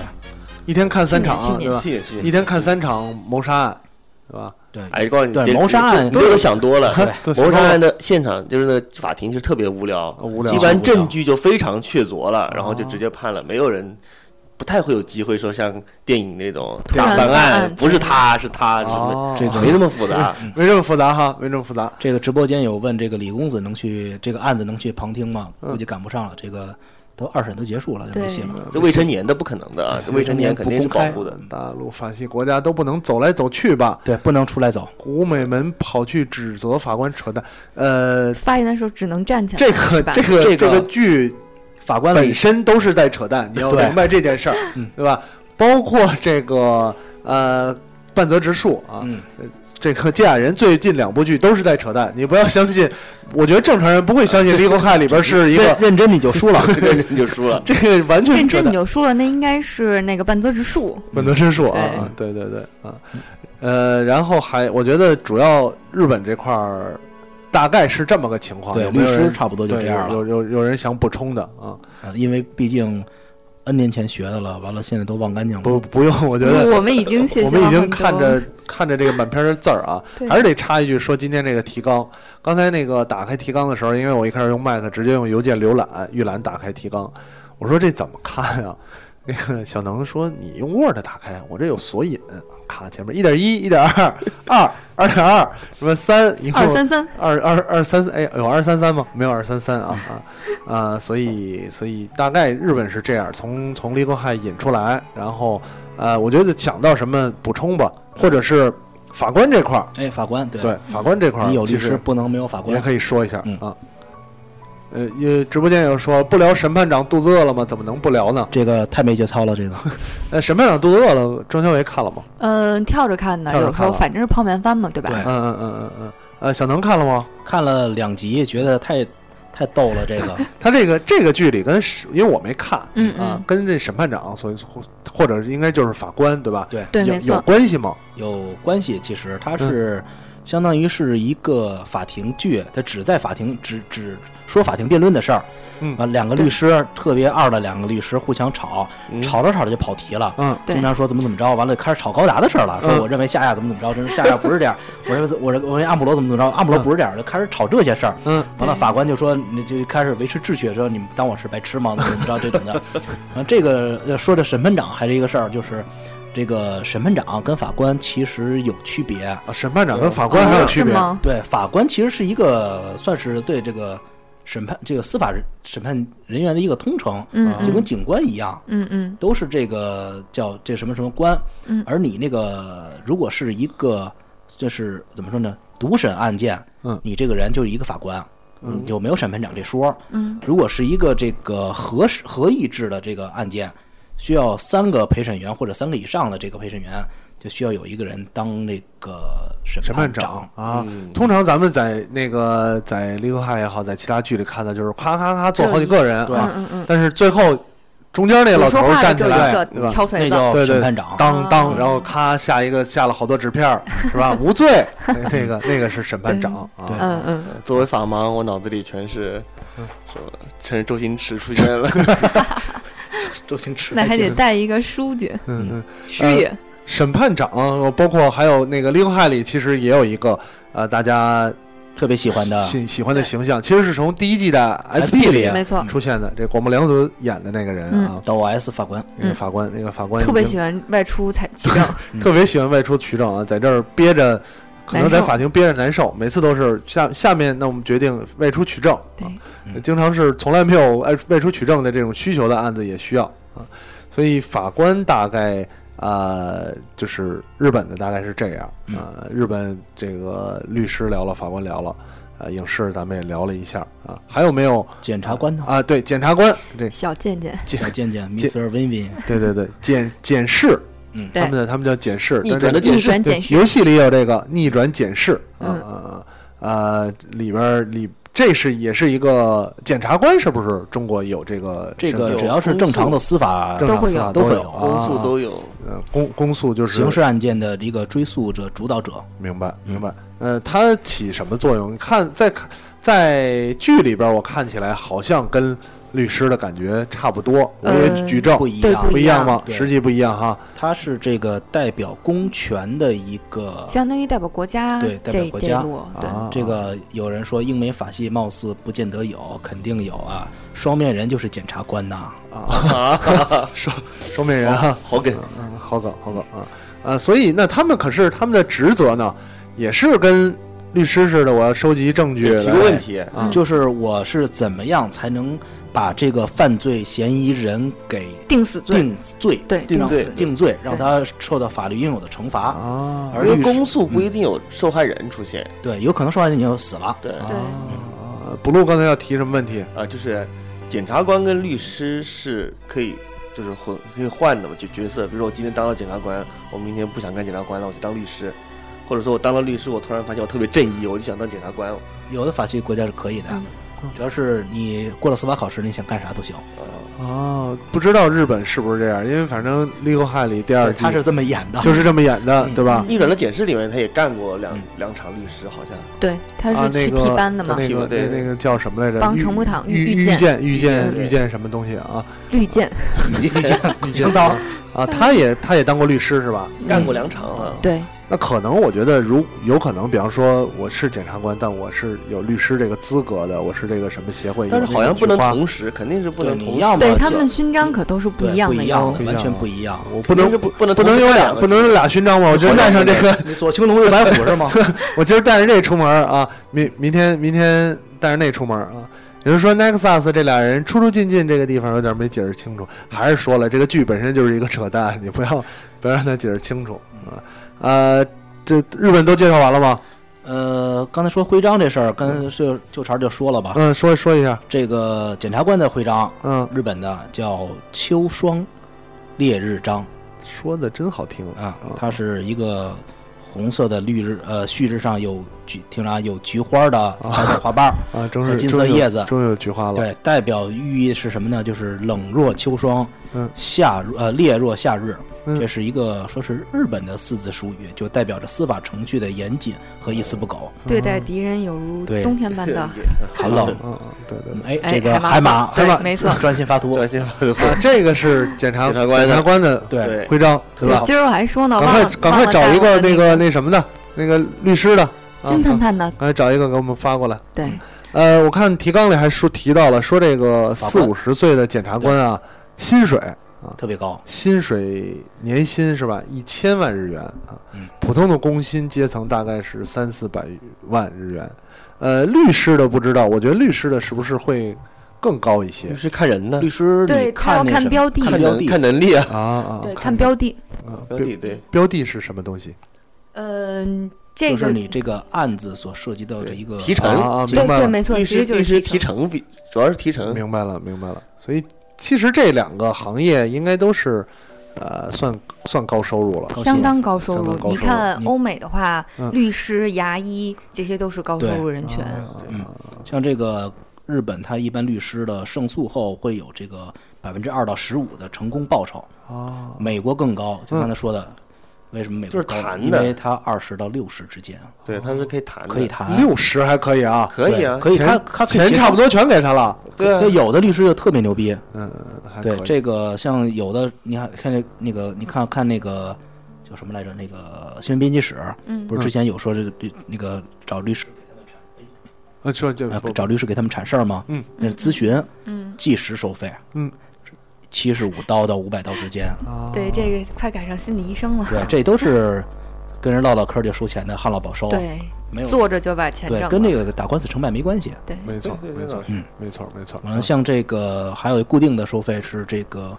[SPEAKER 2] 一天看三场啊
[SPEAKER 6] 去
[SPEAKER 2] 对
[SPEAKER 6] 年
[SPEAKER 2] 吧？
[SPEAKER 4] 这也是
[SPEAKER 2] 一天看三场谋杀案，对吧？
[SPEAKER 3] 对，
[SPEAKER 4] 哎，告诉你，
[SPEAKER 3] 对
[SPEAKER 4] 这
[SPEAKER 3] 谋杀案
[SPEAKER 4] 你这个想 多了。
[SPEAKER 2] 对
[SPEAKER 4] 谋杀案的现场就是那法庭其实特别无聊，哦
[SPEAKER 2] 无聊
[SPEAKER 4] 一
[SPEAKER 3] 无聊
[SPEAKER 4] 般证据就非常确凿了，然后就直接判了，没有人。不太会有机会说像电影那种
[SPEAKER 6] 然
[SPEAKER 4] 大翻
[SPEAKER 6] 翻
[SPEAKER 4] 案，
[SPEAKER 6] 案
[SPEAKER 4] 不是他是他什么
[SPEAKER 2] 哦，
[SPEAKER 3] 这
[SPEAKER 4] 的，
[SPEAKER 3] 个
[SPEAKER 4] 没那么复杂。
[SPEAKER 2] 没这么复杂哈，没这么复杂。
[SPEAKER 3] 这个直播间有问这个李公子能去这个案子能去旁听吗？
[SPEAKER 2] 嗯
[SPEAKER 3] 估计赶不上了，这个都二审都结束了，就没戏了。
[SPEAKER 4] 这未成年的不可能的啊，这未成年肯定是保护的。
[SPEAKER 2] 大陆法系国家都不能走来走去吧？
[SPEAKER 3] 对，不能出来走。
[SPEAKER 2] 古美门跑去指责法官扯淡，呃，
[SPEAKER 6] 发言的时候只能站起来，
[SPEAKER 2] 这个
[SPEAKER 6] 是吧
[SPEAKER 2] 这个
[SPEAKER 3] 这个
[SPEAKER 2] 这个剧
[SPEAKER 3] 法官
[SPEAKER 2] 本
[SPEAKER 3] 李
[SPEAKER 2] 身都是在扯 淡，你要
[SPEAKER 3] 对嗯
[SPEAKER 2] 明白这件事儿，对吧？包括这个呃半泽直树啊，
[SPEAKER 3] 嗯，
[SPEAKER 2] 这个芥雅人最近两部剧都是在扯淡，你不要相信，我觉得正常人不会相 信《Legal High》里边是一
[SPEAKER 3] 认
[SPEAKER 2] 个
[SPEAKER 3] 认真你就输了。
[SPEAKER 4] 这个你就输了。
[SPEAKER 2] 这个完全是
[SPEAKER 6] 认
[SPEAKER 2] 扯
[SPEAKER 6] 真
[SPEAKER 2] 淡
[SPEAKER 6] 你。就输了，那应该是那个半泽直树。
[SPEAKER 2] 本德之树啊，啊对对对啊，呃，然后还我觉得主要日本这块儿大概是这么个情况，
[SPEAKER 3] 对，
[SPEAKER 2] 有没
[SPEAKER 3] 律
[SPEAKER 2] 有人
[SPEAKER 3] 师差不多就
[SPEAKER 2] 对
[SPEAKER 3] 这样了
[SPEAKER 2] 有。有有有人想补充的啊，
[SPEAKER 3] 啊因为毕竟 N 年前学的了，完了现在都忘干净了。
[SPEAKER 2] 不不用，我觉得。
[SPEAKER 6] 我们已经谢谢
[SPEAKER 2] 我们已经看着看着这个满篇的字儿啊，
[SPEAKER 6] 对
[SPEAKER 2] 还是得插一句说今天这个提纲。刚才那个打开提纲的时候，因为我一开始用 Mac 直接用邮件浏览预览打开提纲，我说这怎么看啊？那个小能说你用 Word 打开，我这有索引，卡前面一点一、一点二、二、二点二，什么三，一共
[SPEAKER 6] 二三三，
[SPEAKER 2] 二二二三三，哎，有二三三吗？没有二三三啊啊啊！所以所以大概日本是这样，从从 legal high 引出来，然后呃，我觉得想到什么补充吧，或者是法官这块儿，
[SPEAKER 3] 哎，法官，对
[SPEAKER 2] 对法官这块儿，
[SPEAKER 3] 你有律
[SPEAKER 2] 其实
[SPEAKER 3] 师不能没有法
[SPEAKER 2] 也
[SPEAKER 3] 官。
[SPEAKER 2] 可以说一下、
[SPEAKER 3] 嗯
[SPEAKER 2] 啊。呃，也直播间有说不聊审判长肚子饿了吗？怎么能不聊呢？
[SPEAKER 3] 这个太没节操了，这个
[SPEAKER 2] 呃，审判长肚子饿了，庄小伟看了吗？
[SPEAKER 6] 嗯，跳着看的，
[SPEAKER 2] 跳着
[SPEAKER 6] 有时候
[SPEAKER 2] 看啊
[SPEAKER 6] 反正是泡面番嘛，对吧？
[SPEAKER 3] 对
[SPEAKER 2] 嗯嗯嗯嗯嗯。呃，小能看了吗？
[SPEAKER 3] 看了两集，觉得太太逗了，这个
[SPEAKER 2] 他这个这个剧里跟是因为我没看，
[SPEAKER 6] 嗯
[SPEAKER 2] 啊
[SPEAKER 6] 嗯，
[SPEAKER 2] 跟这审判长，所以或或者应该就是法官对吧？
[SPEAKER 3] 对
[SPEAKER 6] 对，
[SPEAKER 2] 有
[SPEAKER 6] 没
[SPEAKER 2] 有
[SPEAKER 6] 错。
[SPEAKER 2] 关系吗？
[SPEAKER 3] 有关系。其实它是相当于是一个法庭剧，它只在法庭只只说法庭辩论的事儿。
[SPEAKER 2] 嗯
[SPEAKER 3] 啊，两个律师特别二的两个律师互相吵，
[SPEAKER 4] 嗯
[SPEAKER 3] 吵着吵着就跑题了。
[SPEAKER 2] 嗯
[SPEAKER 6] 对
[SPEAKER 3] 经常说怎么怎么着，完了开始吵高达的事儿了，说
[SPEAKER 2] 嗯
[SPEAKER 3] 我认为夏亚怎么怎么着，真是夏亚不是这样，
[SPEAKER 6] 嗯
[SPEAKER 3] 我认为我认为阿姆罗怎么怎么着，阿姆罗不是这样，就开始吵这些事儿。
[SPEAKER 2] 嗯，
[SPEAKER 3] 完了，
[SPEAKER 6] 对
[SPEAKER 3] 法官就说你就开始维持秩序，说你们当我是白痴吗？怎么着这种的。然后这个呃说这审判长还是一个事儿，就是这个审判长跟法官其实有区别。
[SPEAKER 2] 啊，审判长跟法
[SPEAKER 6] 法
[SPEAKER 2] 官还有区别
[SPEAKER 6] 是？吗？
[SPEAKER 3] 对，法官其实是一个算是对这个审判这个司法人审判人员的一个通称，
[SPEAKER 6] 嗯
[SPEAKER 3] 就跟警官一样。
[SPEAKER 6] 嗯嗯
[SPEAKER 3] 都是这个叫这什么什么官，
[SPEAKER 6] 嗯
[SPEAKER 3] 而你那个如果是一个就是怎么说呢，独审案件，
[SPEAKER 2] 嗯
[SPEAKER 3] 你这个人就是一个法官，嗯，就没有审判长这说。
[SPEAKER 6] 嗯
[SPEAKER 3] 如果是一个这个合审合议制的这个案件，需要三个陪审员或者三个以上的这个陪审员，就需要有一个人当那个审
[SPEAKER 2] 审判
[SPEAKER 3] 长
[SPEAKER 2] 长。啊，
[SPEAKER 4] 嗯
[SPEAKER 2] 通常咱们在那个在《利克汉》也好，在其他剧里看到就是咔咔咔坐好几个人
[SPEAKER 3] 对
[SPEAKER 2] 啊，
[SPEAKER 6] 嗯嗯
[SPEAKER 2] 但是最后中间那
[SPEAKER 6] 嗯，
[SPEAKER 2] 老
[SPEAKER 6] 我说
[SPEAKER 2] 头儿
[SPEAKER 6] 话的
[SPEAKER 2] 站起
[SPEAKER 6] 就一
[SPEAKER 2] 来，
[SPEAKER 6] 个敲哦
[SPEAKER 3] 那
[SPEAKER 6] 锤子，
[SPEAKER 3] 叫
[SPEAKER 2] 对对
[SPEAKER 3] 审判长，
[SPEAKER 2] 当当，然后咔下一个下了好多纸片儿，是吧？无罪，那那个那个是审判长啊，
[SPEAKER 3] 对
[SPEAKER 6] 嗯嗯，
[SPEAKER 4] 作为法 盲，我脑子里全是什么？全是周星驰出现了，
[SPEAKER 3] 周星驰
[SPEAKER 6] 那还
[SPEAKER 3] 记
[SPEAKER 2] 哎
[SPEAKER 6] 得
[SPEAKER 3] 得
[SPEAKER 6] 带一个书记、
[SPEAKER 2] 嗯嗯，
[SPEAKER 6] 师爷，
[SPEAKER 2] 审判长，呃包括还有那个《利 i 害》里，其实也有一个呃大家
[SPEAKER 3] 特别喜欢的，
[SPEAKER 2] 喜喜欢的形象，其实是从第一季的
[SPEAKER 3] SP
[SPEAKER 2] SP 里啊
[SPEAKER 6] 没错，嗯
[SPEAKER 2] 出现的，这广木良子演的那个人啊，
[SPEAKER 3] 抖 S 法官，
[SPEAKER 2] 那个法官，那个法官
[SPEAKER 6] 特别
[SPEAKER 2] 已经
[SPEAKER 6] 喜欢外出采集 证，
[SPEAKER 4] 嗯
[SPEAKER 2] 特别喜欢外出取证啊，在这儿憋着，可能
[SPEAKER 6] 难
[SPEAKER 2] 在
[SPEAKER 6] 受
[SPEAKER 2] 法庭憋着难受，每次都是下下面，那我们决定外出取证，
[SPEAKER 6] 对
[SPEAKER 2] 啊，
[SPEAKER 4] 嗯
[SPEAKER 2] 经常是从来没有外外出取证的这种需求的案子也需要啊，所以法官大概啊、呃就是日本的大概是这样
[SPEAKER 4] 嗯
[SPEAKER 2] 啊、日本这个律师聊了，法官聊了，啊，影视咱们也聊了一下啊，还有没有
[SPEAKER 3] 检察官呢？
[SPEAKER 2] 啊？对，检察官这
[SPEAKER 6] 小健健，
[SPEAKER 3] 小贱贱 Mr. Win Win，
[SPEAKER 2] 对对对，检检视，
[SPEAKER 3] 嗯
[SPEAKER 2] 他们的他们叫检视，
[SPEAKER 4] 逆
[SPEAKER 2] 但
[SPEAKER 4] 转
[SPEAKER 2] 是
[SPEAKER 4] 的
[SPEAKER 6] 逆
[SPEAKER 4] 检视，
[SPEAKER 6] 转检视，
[SPEAKER 2] 游戏里有这个逆转检视，啊
[SPEAKER 6] 嗯
[SPEAKER 2] 啊啊，呃里边儿里这是也是一个检察官，是不是？中国有这个
[SPEAKER 3] 这
[SPEAKER 2] 身
[SPEAKER 3] 个
[SPEAKER 2] 份
[SPEAKER 3] 只要是正常的司法
[SPEAKER 2] 正常司法
[SPEAKER 3] 都会
[SPEAKER 2] 有
[SPEAKER 3] 有
[SPEAKER 2] 啊，
[SPEAKER 4] 公诉都有，
[SPEAKER 2] 呃公公诉就是
[SPEAKER 3] 刑事案嗯件的一个追诉者、主导者，
[SPEAKER 2] 明白明白。呃，它起什么作用？你看在看在剧里边儿，我看起来好像跟律师的感觉差不多，我
[SPEAKER 3] 嗯
[SPEAKER 6] 呃
[SPEAKER 2] 为举证啊
[SPEAKER 3] 不一
[SPEAKER 6] 对
[SPEAKER 3] 样
[SPEAKER 6] 不。
[SPEAKER 2] 不
[SPEAKER 6] 一
[SPEAKER 2] 一
[SPEAKER 6] 样
[SPEAKER 2] 样吗？
[SPEAKER 3] 对
[SPEAKER 2] 实际不一样哈。
[SPEAKER 3] 他是这个代表公权的一个，
[SPEAKER 6] 相当于代表国家
[SPEAKER 3] 对代表
[SPEAKER 6] 这
[SPEAKER 3] 国
[SPEAKER 6] 这一
[SPEAKER 3] 家
[SPEAKER 6] 路，对，
[SPEAKER 2] 啊
[SPEAKER 3] 这个有人说英美法系貌似不见得有，肯定有啊。双面人就是检察官呐，
[SPEAKER 2] 啊
[SPEAKER 4] 啊
[SPEAKER 2] 双面人啊，
[SPEAKER 4] 好梗，
[SPEAKER 2] 嗯，好梗，好梗啊，呃，所以那他们可是他们的职责呢，也是跟律师似的，我要收集证据
[SPEAKER 4] 提
[SPEAKER 2] 来
[SPEAKER 4] 个问题，
[SPEAKER 2] 啊
[SPEAKER 6] 嗯
[SPEAKER 3] 就是我是怎么样才能把这个犯罪嫌疑人给
[SPEAKER 6] 定死罪，
[SPEAKER 3] 定罪，
[SPEAKER 6] 对
[SPEAKER 3] 让
[SPEAKER 6] 定罪
[SPEAKER 3] 定罪，让他受到法律应有的惩罚。
[SPEAKER 2] 啊，
[SPEAKER 3] 而
[SPEAKER 4] 因为
[SPEAKER 3] 律师
[SPEAKER 4] 公诉不一定有受害人出现，
[SPEAKER 3] 对，有可能受害人已经死了，
[SPEAKER 2] 啊
[SPEAKER 4] 对
[SPEAKER 6] 对，
[SPEAKER 2] 呃不露刚才要提什么问题？
[SPEAKER 4] 啊，就是检察官跟律师是可以就是混可以换的嘛，就角色。比如说我今天当了检察官，我明天不想干检察官了，我去当律师。或者说我当了律师，我突然发现我特别正义，我就想当检察官。
[SPEAKER 3] 有的法系国家是可以的
[SPEAKER 6] 嗯，
[SPEAKER 3] 只要是你过了司法考试，你想干啥都行。
[SPEAKER 4] 啊，
[SPEAKER 2] 哦，不知道日本是不是这样，因为反正《Legal High》里第二
[SPEAKER 3] 对
[SPEAKER 2] 季
[SPEAKER 3] 他是这么演的，
[SPEAKER 2] 就是这么演的，
[SPEAKER 3] 嗯
[SPEAKER 2] 对吧？
[SPEAKER 4] 逆转的检视里面他也干过两、
[SPEAKER 3] 嗯
[SPEAKER 4] 两场律师，好像
[SPEAKER 6] 对，他
[SPEAKER 2] 啊
[SPEAKER 6] 是，
[SPEAKER 2] 那
[SPEAKER 6] 去
[SPEAKER 2] 个
[SPEAKER 6] 替班
[SPEAKER 5] 嗯
[SPEAKER 6] 的嘛，
[SPEAKER 2] 那个
[SPEAKER 4] 对
[SPEAKER 2] 那那个叫什么来着？
[SPEAKER 6] 帮
[SPEAKER 2] 御
[SPEAKER 6] 程木堂御
[SPEAKER 2] 御御
[SPEAKER 6] 御
[SPEAKER 2] 剑御剑
[SPEAKER 4] 剑
[SPEAKER 2] 御
[SPEAKER 4] 对
[SPEAKER 2] 剑什么东西啊？
[SPEAKER 6] 绿箭，
[SPEAKER 2] 御剑刀啊，他也他也当过律师是吧？
[SPEAKER 4] 干过两场啊。
[SPEAKER 5] 嗯
[SPEAKER 6] 对，
[SPEAKER 2] 那可能，我觉得如有可能，比方说我是检察官，但我是有律师这个资格的，我是这个什么协会，
[SPEAKER 4] 但
[SPEAKER 2] 有
[SPEAKER 4] 是
[SPEAKER 2] 那
[SPEAKER 4] 好
[SPEAKER 2] 个
[SPEAKER 4] 像不能
[SPEAKER 2] 菊花
[SPEAKER 4] 同时，肯定是不
[SPEAKER 3] 对
[SPEAKER 4] 能同
[SPEAKER 3] 你
[SPEAKER 4] 时。
[SPEAKER 3] 要么
[SPEAKER 6] 对
[SPEAKER 3] 就
[SPEAKER 6] 他们的勋章可都是不
[SPEAKER 3] 对
[SPEAKER 6] 一样
[SPEAKER 3] 不
[SPEAKER 6] 的
[SPEAKER 3] 一
[SPEAKER 6] 样
[SPEAKER 3] 样
[SPEAKER 6] 子，
[SPEAKER 2] 不一
[SPEAKER 3] 完全
[SPEAKER 2] 样
[SPEAKER 3] 不一样。
[SPEAKER 2] 我不能
[SPEAKER 4] 肯定是不不能
[SPEAKER 2] 不能
[SPEAKER 4] 同时
[SPEAKER 2] 有
[SPEAKER 4] 干
[SPEAKER 2] 俩
[SPEAKER 4] 个
[SPEAKER 2] 不能有俩勋章吧？我今儿带上这个，
[SPEAKER 3] 你左青龙右白虎是吗？
[SPEAKER 2] 我今儿带着这出门啊，明明天明天带着那出门啊。有人说 Nexus 这俩人出出进进这个地方有点没解释清楚，还是说了这个剧本身就是一个扯淡，你不要不要让他解释清楚啊。呃，这日本都介绍完了吗？
[SPEAKER 3] 呃，刚才说徽章这事儿，跟就就茬儿就说了吧。
[SPEAKER 2] 嗯，说说一下，
[SPEAKER 3] 这个检察官的徽章，
[SPEAKER 2] 嗯，
[SPEAKER 3] 日本的叫秋霜烈日章
[SPEAKER 2] 说的真好听
[SPEAKER 3] 啊
[SPEAKER 2] 嗯，
[SPEAKER 3] 它是一个红色的绿日，呃，旭日上有菊，听着啊，有菊花的白色花瓣儿，
[SPEAKER 2] 啊，真是
[SPEAKER 3] 金
[SPEAKER 2] 终
[SPEAKER 3] 色
[SPEAKER 2] 于有
[SPEAKER 3] 叶子
[SPEAKER 2] 终于有菊花了。
[SPEAKER 3] 对，代表寓意是什么呢？就是冷若秋霜，
[SPEAKER 2] 嗯
[SPEAKER 3] 夏如呃烈若夏日，
[SPEAKER 2] 嗯
[SPEAKER 3] 这是一个说是日本的四字俗语，就代表着司法程序的严谨和一丝不苟。
[SPEAKER 6] 对待敌人有如
[SPEAKER 3] 对
[SPEAKER 6] 冬天般的
[SPEAKER 3] 寒冷，
[SPEAKER 2] 嗯，嗯对对
[SPEAKER 3] 嗯
[SPEAKER 2] 对。
[SPEAKER 3] 哎，
[SPEAKER 6] 哎
[SPEAKER 3] 这个
[SPEAKER 6] 海
[SPEAKER 3] 马，
[SPEAKER 6] 马对没错
[SPEAKER 3] 专心发图。
[SPEAKER 4] 专心发挥
[SPEAKER 2] 啊，这个是检察
[SPEAKER 4] 检察官的
[SPEAKER 2] 检察官的
[SPEAKER 3] 对
[SPEAKER 4] 对
[SPEAKER 2] 徽章，对吧？
[SPEAKER 6] 今儿我还说呢，
[SPEAKER 2] 赶
[SPEAKER 6] 忘
[SPEAKER 2] 快
[SPEAKER 6] 了
[SPEAKER 2] 赶快找一个那个那什么的，那个律师的，啊
[SPEAKER 5] 金灿
[SPEAKER 2] 赶
[SPEAKER 5] 灿的，
[SPEAKER 2] 快找一个给我们发过来。
[SPEAKER 6] 对，
[SPEAKER 2] 呃，我看提纲里还说提到了，说这个
[SPEAKER 3] 法官
[SPEAKER 2] 四五十岁的检察官啊，薪水
[SPEAKER 3] 特别高，
[SPEAKER 2] 薪水年薪是吧？一千万日元啊
[SPEAKER 3] 嗯，
[SPEAKER 2] 普通的工薪阶层大概是三四百万日元。呃，律师的不知道，我觉得律师的是不是会更高一些
[SPEAKER 4] 律师看人呢
[SPEAKER 3] 律，师
[SPEAKER 6] 对
[SPEAKER 3] 你
[SPEAKER 6] 他要
[SPEAKER 3] 看那
[SPEAKER 6] 看
[SPEAKER 3] 什么
[SPEAKER 6] 标的
[SPEAKER 3] 看
[SPEAKER 4] 看
[SPEAKER 3] 标
[SPEAKER 4] 能
[SPEAKER 3] 的，
[SPEAKER 4] 看能力啊，
[SPEAKER 2] 啊啊？
[SPEAKER 6] 对，看
[SPEAKER 2] 看
[SPEAKER 6] 标的，
[SPEAKER 2] 啊标
[SPEAKER 4] 标的对。
[SPEAKER 2] 标的是什么东西？
[SPEAKER 6] 嗯，这
[SPEAKER 3] 就是
[SPEAKER 6] 个
[SPEAKER 3] 你这个案子所涉及到的
[SPEAKER 4] 对
[SPEAKER 3] 哦一个
[SPEAKER 4] 提成
[SPEAKER 2] 啊啊，
[SPEAKER 6] 对
[SPEAKER 2] 明白
[SPEAKER 6] 对，
[SPEAKER 2] 了，
[SPEAKER 6] 没错，
[SPEAKER 4] 律
[SPEAKER 6] 其
[SPEAKER 4] 师
[SPEAKER 6] 实就
[SPEAKER 4] 律
[SPEAKER 6] 是
[SPEAKER 4] 师提成比主要是提
[SPEAKER 3] 嗯
[SPEAKER 4] 成，
[SPEAKER 2] 明白了，明白了。所以其实这两个行业应该都是，呃，算算高收入了。
[SPEAKER 3] 高
[SPEAKER 6] 相
[SPEAKER 3] 薪
[SPEAKER 6] 当高收
[SPEAKER 2] 相当
[SPEAKER 6] 入
[SPEAKER 2] 高。
[SPEAKER 6] 你
[SPEAKER 2] 收
[SPEAKER 6] 看
[SPEAKER 3] 入你
[SPEAKER 6] 欧美的话
[SPEAKER 2] 嗯，啊
[SPEAKER 6] 律师、牙医这些都是高收
[SPEAKER 3] 对
[SPEAKER 6] 入人群。
[SPEAKER 3] 嗯像这个日本，他一般律师的胜诉后会有这个百分之二到十五的成功报酬。
[SPEAKER 2] 啊，
[SPEAKER 3] 美国更高，就刚才说的，为什么美国
[SPEAKER 7] 就是
[SPEAKER 3] 高呢
[SPEAKER 7] 弹
[SPEAKER 3] 因
[SPEAKER 7] 的
[SPEAKER 3] 为它二十到六十之间，
[SPEAKER 7] 对，
[SPEAKER 4] 哦
[SPEAKER 7] 它是可以弹的，
[SPEAKER 3] 可以，弹，
[SPEAKER 2] 六十还可以啊，
[SPEAKER 7] 可以啊，
[SPEAKER 3] 对可以，
[SPEAKER 2] 钱
[SPEAKER 3] 它它可以
[SPEAKER 2] 钱
[SPEAKER 3] 协
[SPEAKER 2] 差不多全给他了。
[SPEAKER 7] 对啊
[SPEAKER 3] 对，有的律师就特别牛逼。
[SPEAKER 2] 嗯，还
[SPEAKER 3] 对
[SPEAKER 2] 可以
[SPEAKER 3] 这个，像有的，你看看这那个，你看看那个叫什么来着？那个新闻编辑室，
[SPEAKER 5] 嗯
[SPEAKER 3] 不是之前有说这律那个找律师，
[SPEAKER 2] 呃，说这
[SPEAKER 3] 呃
[SPEAKER 2] 不
[SPEAKER 3] 找律师给他们铲事儿吗？
[SPEAKER 2] 嗯，
[SPEAKER 3] 那是咨询
[SPEAKER 5] 嗯，
[SPEAKER 3] 计时收费，
[SPEAKER 2] 嗯，
[SPEAKER 3] 七十五刀到五百刀之间，
[SPEAKER 2] 啊
[SPEAKER 5] 对，这个快赶上心理医生了。
[SPEAKER 3] 对，这都是跟人唠唠嗑儿就收钱的旱涝保收，，
[SPEAKER 5] 对，
[SPEAKER 3] 没有
[SPEAKER 5] 坐着就把钱挣
[SPEAKER 3] 对，
[SPEAKER 5] 了。
[SPEAKER 3] 跟这个打官司成败没关系。
[SPEAKER 5] 对，
[SPEAKER 2] 没错
[SPEAKER 7] 对对
[SPEAKER 2] 没错
[SPEAKER 3] 嗯
[SPEAKER 2] 没错没错。
[SPEAKER 3] 完了，像这个还有固定的收费是这个，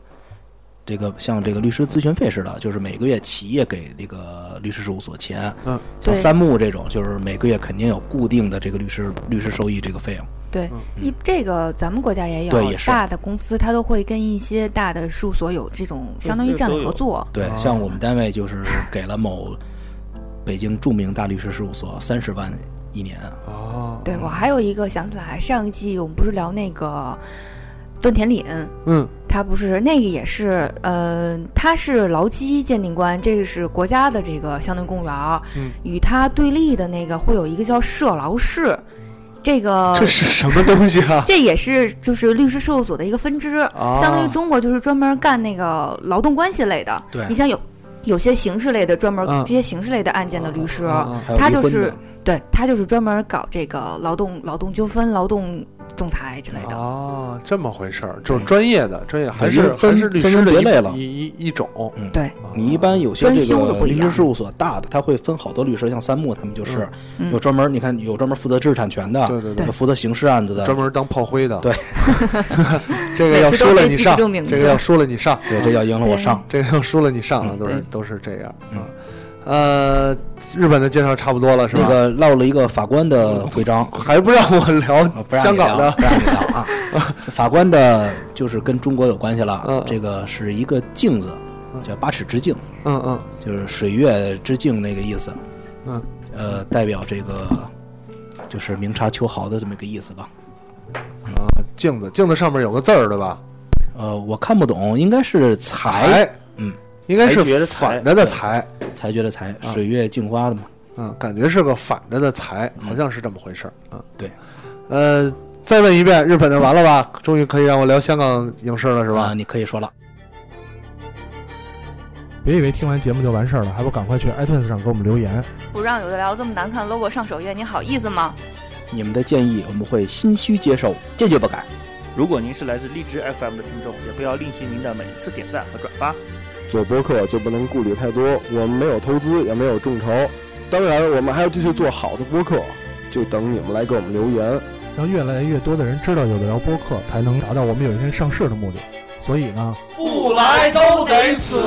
[SPEAKER 3] 这个像这个律师咨询费似的，就是每个月企业给这个律师事务所钱。
[SPEAKER 2] 嗯，
[SPEAKER 3] 像
[SPEAKER 5] 对
[SPEAKER 3] 三木这种，就是每个月肯定有固定的这个律师律师收益这个费用。
[SPEAKER 5] 对，一这个咱们国家也有，
[SPEAKER 3] 嗯对也是
[SPEAKER 5] 大的公司它都会跟一些大的事务所有这种相当于这样的合作。
[SPEAKER 3] 对，像我们单位就是给了某北京著名大律师事务所三十万一年。
[SPEAKER 2] 哦，
[SPEAKER 3] 嗯
[SPEAKER 5] 对我还有一个想起来，上一季我们不是聊那个段田凛，
[SPEAKER 2] 嗯，
[SPEAKER 5] 他不是那个也是，呃，他是劳基鉴定官，这个是国家的这个相对公务员儿，
[SPEAKER 2] 嗯
[SPEAKER 5] 与他对立的那个会有一个叫社劳士，这个
[SPEAKER 2] 这是什么东西啊？
[SPEAKER 5] 这也是就是律师事务所的一个分支，
[SPEAKER 3] 哦
[SPEAKER 2] 啊
[SPEAKER 5] 相当于中国就是专门干那个劳动关系类的。
[SPEAKER 3] 对
[SPEAKER 5] 你像有有些刑事类的
[SPEAKER 2] 嗯
[SPEAKER 5] 专门接刑事类的案件的律师，嗯
[SPEAKER 2] 啊
[SPEAKER 3] 还有嗯
[SPEAKER 5] 他
[SPEAKER 3] 离
[SPEAKER 5] 就
[SPEAKER 3] 婚的
[SPEAKER 5] 是对他就是专门搞这个劳动劳动纠纷、劳动仲裁之类的。
[SPEAKER 2] 哦，这么回事儿，就是专业的专业，还
[SPEAKER 3] 因为
[SPEAKER 2] 是还
[SPEAKER 3] 分
[SPEAKER 2] 是律
[SPEAKER 3] 分
[SPEAKER 2] 师
[SPEAKER 3] 门
[SPEAKER 2] 的
[SPEAKER 3] 别
[SPEAKER 2] 一
[SPEAKER 3] 类了
[SPEAKER 2] 一一一种。
[SPEAKER 5] 对，
[SPEAKER 2] 啊
[SPEAKER 3] 你一般有些
[SPEAKER 5] 专
[SPEAKER 3] 这
[SPEAKER 5] 修的
[SPEAKER 3] 个
[SPEAKER 5] 不一
[SPEAKER 3] 律师
[SPEAKER 5] 样
[SPEAKER 3] 事务所大的，他会分好多律师，像三木他们就是
[SPEAKER 5] 嗯
[SPEAKER 3] 有专门，你看有专门负责知识产权的，
[SPEAKER 2] 对对对
[SPEAKER 3] 有负责刑事案子的，
[SPEAKER 2] 专门当炮灰的，
[SPEAKER 3] 对，
[SPEAKER 2] 这个要
[SPEAKER 5] 每次都
[SPEAKER 2] 输了
[SPEAKER 5] 被
[SPEAKER 2] 你
[SPEAKER 5] 记
[SPEAKER 2] 上
[SPEAKER 5] 不住，名
[SPEAKER 2] 这个
[SPEAKER 5] 字
[SPEAKER 2] 要输了你上，
[SPEAKER 3] 对，这叫赢了我
[SPEAKER 5] 对
[SPEAKER 3] 上。
[SPEAKER 2] 这个要输了你上啊，
[SPEAKER 3] 嗯
[SPEAKER 2] 都是
[SPEAKER 5] 对
[SPEAKER 2] 都是这样啊
[SPEAKER 3] 嗯。
[SPEAKER 2] 呃，日本的介绍差不多了，是吧？
[SPEAKER 3] 那个落了一个法官的徽章，
[SPEAKER 2] 还不让我
[SPEAKER 3] 啊不
[SPEAKER 2] 聊
[SPEAKER 3] 让
[SPEAKER 2] 香港
[SPEAKER 3] 你聊
[SPEAKER 2] 的，
[SPEAKER 3] 不让你聊 啊。法官的就是跟中国有关系了，
[SPEAKER 2] 嗯
[SPEAKER 3] 这个是一个镜子，叫八尺之镜，
[SPEAKER 2] 嗯嗯
[SPEAKER 3] 就是水月之镜那个意思。
[SPEAKER 2] 嗯，
[SPEAKER 3] 呃，代表这个就是明察秋毫的这么一个意思吧。
[SPEAKER 2] 啊，镜子，镜子上面有个字儿，对吧？
[SPEAKER 3] 呃，我看不懂，应该是裁
[SPEAKER 2] 裁，
[SPEAKER 3] 嗯，
[SPEAKER 2] 应该
[SPEAKER 7] 裁决
[SPEAKER 2] 是
[SPEAKER 7] 的裁
[SPEAKER 2] 反着的裁，
[SPEAKER 3] 裁决的裁，
[SPEAKER 2] 啊
[SPEAKER 3] 水月镜花的嘛。
[SPEAKER 2] 嗯，感觉是个反着的裁，好像是这么回事儿啊。
[SPEAKER 3] 嗯对，
[SPEAKER 2] 呃，再问一遍，日本的完了吧？终于可以让我聊香港影视了，是
[SPEAKER 3] 是
[SPEAKER 2] 吧？
[SPEAKER 3] 啊你可以说了。
[SPEAKER 2] 别以为听完节目就完事儿了，还不赶快去 iTunes 上给我们留言。
[SPEAKER 8] 不让有的聊这么难看 logo 上首页，你好意思吗？
[SPEAKER 3] 你们的建议我们会心虚接受，坚决不改。
[SPEAKER 1] 如果您是来自荔枝 FM 的听众，也不要吝惜您的每一次点赞和转发。
[SPEAKER 7] 做播客就不能顾虑太多，我们没有投资，也没有众筹，当然我们还要继续做好的播客，就等你们来给我们留言。
[SPEAKER 2] 让越来越多的人知道有的聊播客，才能达到我们有一天上市的目的。所以呢，
[SPEAKER 9] 不来都得死。